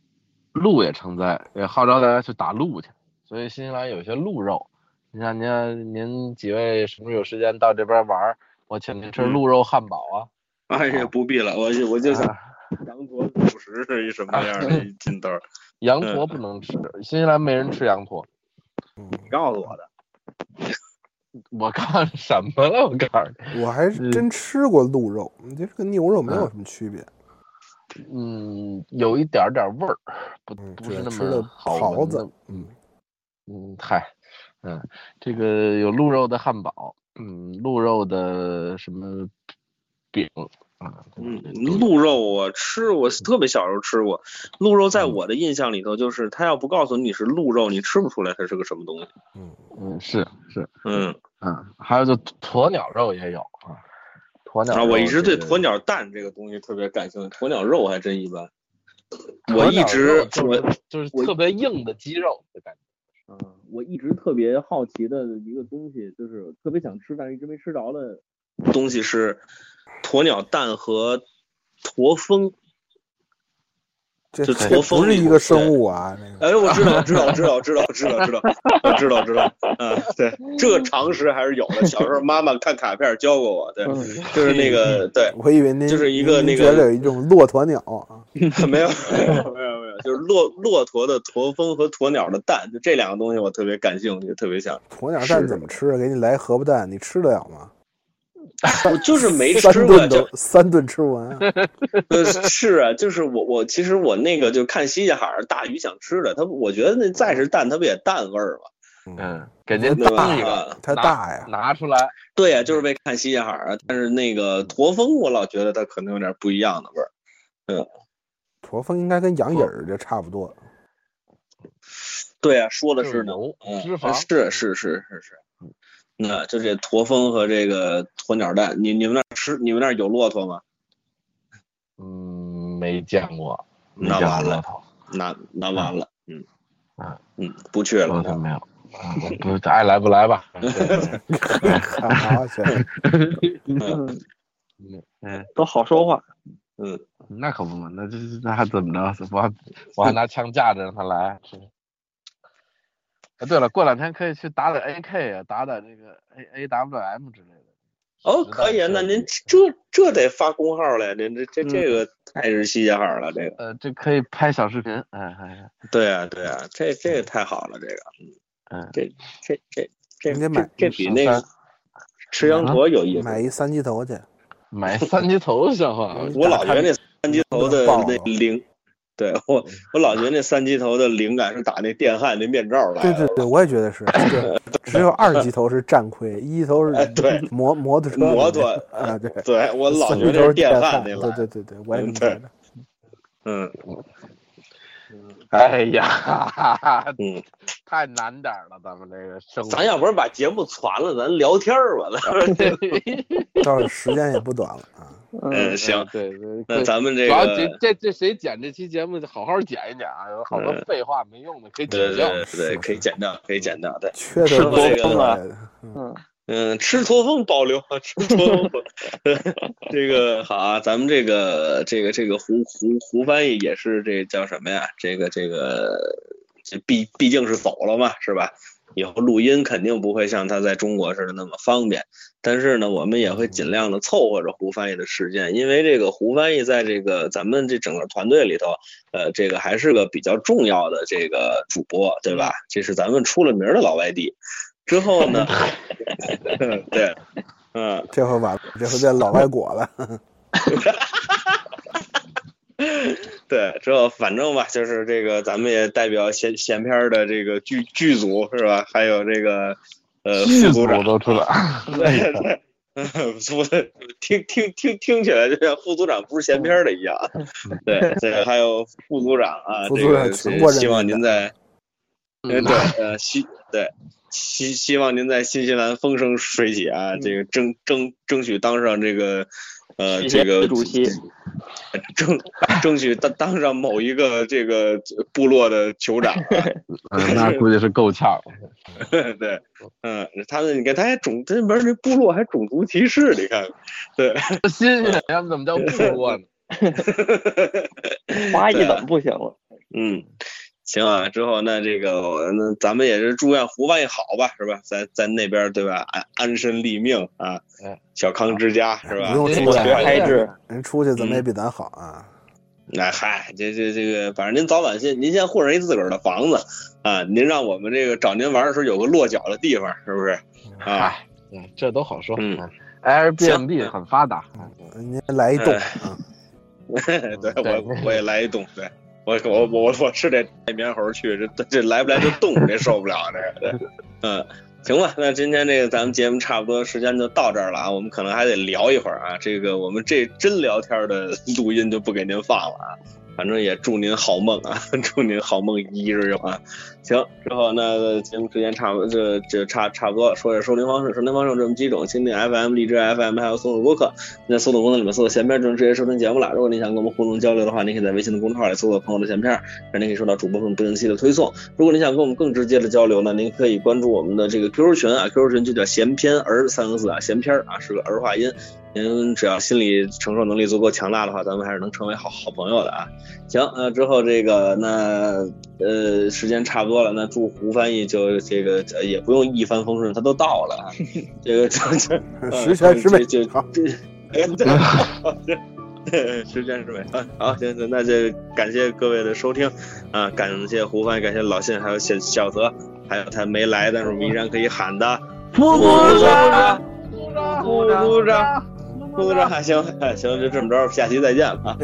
S2: 鹿也成灾，也号召大家去打鹿去，所以新西兰有些鹿肉你看您您几位什么时候有时间到这边玩儿，我请您吃鹿肉汉堡啊。
S1: 哎呀，不必了，我就我就想羊驼主食是一什么样的一劲头儿？
S2: 羊驼不能吃，新西兰没人吃羊驼。
S4: 嗯
S1: 你告诉我的，
S2: 我看什么了？我告诉你，
S4: 我还是
S2: 嗯
S4: 真吃过鹿肉，你这跟牛肉没有什么区别。
S2: 嗯，有一点儿点儿味儿，不
S4: 嗯，
S2: 不
S4: 只
S2: 是那
S4: 吃的
S2: 么好
S4: 袍
S2: 闻
S4: 子
S2: 的。，
S4: 嗯，
S2: 嗯，嗨，嗯，这个有鹿肉的汉堡，嗯，鹿肉的什么饼啊？
S1: 嗯，鹿肉我吃，我特别小时候吃过鹿肉，在我的印象里头，就是他要不告诉你是鹿肉，你吃不出来它是个什么东西。
S2: 嗯，是是，
S1: 嗯，
S2: 嗯，还有就鸵鸟肉也有啊，鸵鸟
S1: 啊，
S2: 肉
S1: 我一直对
S2: 这个
S1: 鸵鸟蛋这个东西特别感兴趣，鸵鸟肉还真一般。
S2: 鸵
S1: 我一
S2: 鸟
S1: 直
S2: 肉就
S1: 我
S2: 是就是
S1: 我
S2: 特别硬的鸡肉的感觉。
S1: 嗯
S5: 我一直特别好奇的一个东西，就是特别想吃，但是一直没吃着的。
S1: 东西是鸵鸟蛋和驼峰。
S4: 这
S1: 就
S4: 这
S1: 驼
S4: 不
S1: 峰
S4: 是
S1: 里
S4: 一
S1: 头
S4: 个生物啊，那个
S1: 哎，我知道，我知道，我知道，我知道，我知道，我知道，我知道，我知道。嗯，对，这个常识还是有的。小时候妈妈看卡片教过我，
S5: 嗯
S1: 对，就是那 个对，
S4: 我以为您
S1: 就是一个那
S4: 您觉
S1: 个
S4: 得有一种骆驼鸟啊，
S1: 没 有，没有，没有，没有，就是骆骆驼的驼峰和鸵鸟的蛋，就这两个东西我特别感兴趣，特别 想。
S4: 鸵鸟蛋
S1: 是
S4: 怎么吃？啊给你来荷包蛋，你吃得了吗？
S1: 我就是没
S4: 三
S1: 吃过，
S4: 顿
S1: 就
S4: 都三顿吃完啊，
S1: 呃是啊，就是我我其实我那个就看西夏海儿大鱼想吃的，它我觉得那再是蛋，它不也蛋味儿吗？
S2: 嗯，给您
S1: 对吧
S2: 当一个，？
S1: 啊
S4: 它
S2: 拿
S4: 大呀，
S2: 拿出来。
S1: 对呀、就是被看西夏海儿啊，但是那个驼峰我老觉得它可能有点不一样的味儿。
S4: 驼峰应该跟羊眼儿就差不多。
S1: 对呀、说的是呢。
S2: 牛
S1: 嗯，
S2: 脂肪
S1: 是是是是是，那就这驼峰和这个鸵鸟蛋，你你们那儿吃你们那儿有骆驼吗？
S2: 嗯，没见过，没
S1: 那
S2: 见过
S1: 完了
S2: 骆驼，
S1: 那那完了，嗯
S2: 啊
S1: 嗯，不去
S2: 骆
S1: 了，
S2: 驼没有， 啊不是爱来不来吧？
S4: 好行，
S5: 嗯
S2: 嗯，
S5: 都好说话。
S2: 那可不嘛，那这那还怎么着？我还我还拿枪架着让他来。哎，对了，过两天可以去打打 AK 啊，打打这个 A A W M 之类的。
S1: 哦，
S2: 实在
S1: 可以啊，
S2: 是
S1: 那您这这得发公号了，这这这这个太是西家号了，这个
S2: 呃，这可以拍小视频，哎哎，
S1: 对啊对啊，这这个太好了，这个
S2: 嗯
S1: 这这这这
S4: 你得买
S1: 这这比那
S2: 上
S1: 个吃羊驼有意思，
S4: 买一三级头去，
S2: 买三级头像啊话。
S1: 我老觉得那三级头的
S4: 能爆
S1: 那
S4: 了
S1: 灵。对我，我老觉得那三级头的灵感是打那电焊那面罩来
S4: 对
S1: 的。
S4: 对对，我也 觉得是，对只有二级头是战盔，一头
S1: 哎
S4: 是
S1: 对
S4: 摩摩托车那个，
S1: 摩托
S4: 啊，对，
S1: 对我老
S4: 三
S1: 觉
S4: 级
S1: 得那
S4: 头是
S1: 是电焊那
S4: 对
S1: 来的。
S4: 对对对，我也这么
S1: 对
S4: 觉得。
S1: 嗯
S2: 哎呀，
S1: 嗯，
S2: 太难点儿了，咱们这个生活。
S1: 咱 要不然把节目传了，咱聊天儿吧。咱们
S4: 倒是时间也不短了啊。
S1: 嗯，
S5: 嗯，
S1: 行，
S2: 对对
S1: 那
S2: 对，
S1: 咱们这
S2: 主要这
S1: 个
S2: 这这谁剪这期节目，好好剪一剪啊，有好多废话没用的可以
S1: 嗯对对
S2: 剪掉。
S1: 对对，可以剪掉，可以剪掉。对，
S4: 缺的
S1: 吃
S4: 是
S1: 过这个
S5: 吗
S4: 嗯
S1: 嗯，吃驼峰保留，啊吃驼峰保留。 这个好啊，咱们这个这个这个胡胡胡翻译也是这叫什么呀？这个这个，这毕毕竟是走了嘛，是吧？以后录音肯定不会像他在中国似的那么方便，但是呢，我们也会尽量的凑合着胡翻译的时间，因为这个胡翻译在这个咱们这整个团队里头，呃，这个还是个比较重要的这个主播，对吧？这是咱们出了名儿的老外地。之后呢， 对，嗯，
S4: 这回完了，这回变老外果了。
S1: 对，之后反正吧，就是这个，咱们也代表闲闲篇儿的这个剧剧组是吧？还有这个呃
S2: 剧
S1: 副组
S2: 组
S1: 长，
S2: 都出来，
S1: 对对，嗯副听听听听起来就像副组长不是闲篇儿的一样。对，这个还有副组长啊，
S4: 嗯副
S1: 这
S4: 组长
S1: 个
S4: 全国人嗯
S1: 希望
S4: 民
S1: 您
S4: 的
S1: 在，呃 对，呃希对希希望您在新西兰风生水起啊，这个争争争取当上这个呃这
S5: 谢谢
S1: 个
S5: 主席
S1: 争争取当当上某一个这个部落的酋长啊，
S2: 嗯 那估计是够呛。
S1: 对，嗯，他们你看他还种这门这部落还种族歧视，你看看，对，
S2: 新鲜人怎么叫不过呢？
S5: 花艺怎么不行了？
S1: 嗯，行啊，之后那这个我那咱们也是祝愿胡万一好吧，是吧？在在那边对吧？安安身立命啊
S2: 哎，
S1: 小康之家是吧？
S4: 不用出
S1: 我
S4: 去
S1: 觉得
S5: 开支，
S4: 人出去怎
S1: 嗯
S4: 么也比咱好啊。
S1: 哎嗨，这这这个，反正您早晚先，您先混上一自个儿的房子啊，您让我们这个找您玩的时候有个落脚的地方，是不是？啊，
S2: 嗨，嗯这都好说。
S1: 嗯
S2: 嗯，Airbnb 很发达。
S4: 您来一栋啊，
S1: 哎 对
S2: 对
S1: 我我也来一动，对我我我我吃这带棉猴去，这这来不来就动，这受不了这个，对嗯。行吧，那今天这个咱们节目差不多时间就到这儿了啊，我们可能还得聊一会儿啊。这个我们这真聊天的 录音就不给您放了啊，反正也祝您好梦啊， 祝您好梦一日游啊。行，之后那节目时间差不多，这这差差不多了。说下收听方式，收听方式有这么几种：蜻蜓 FM、荔枝 FM，还有松鼠播客。那搜索功能里面搜索“闲篇”就能直接收听节目了。如果您想跟我们互动交流的话，您可以在微信的公众号里搜索“朋友的闲篇”，让您可以收到主播们不定期的推送。如果您想跟我们更直接的交流呢，您可以关注我们的这个 QQ 群啊，QQ 群就叫“闲篇儿”三个字啊，闲篇儿啊是个儿化音。您只要心理承受能力足够强大的话，咱们还是能成为好好朋友的啊。行，呃，之后这个那呃时间差不多了，那祝胡翻译就这个呃也不用一帆风顺，他都到了啊。这个 这这。
S4: 呃十全十美
S1: 就。
S4: 好，
S1: 呃哎这，对，十全十美啊！好，行行，那就感谢各位的收听啊，感谢胡帆，感谢老信，还有小小泽，还有他没来，但是我们依然可以喊的
S3: 副
S1: 部
S3: 长，
S1: 长，
S3: 副长，
S1: 副
S3: 副
S1: 长
S3: 长，
S1: 副
S3: 副
S1: 长
S3: 长，
S1: 行行，就这么着，下期再见啊！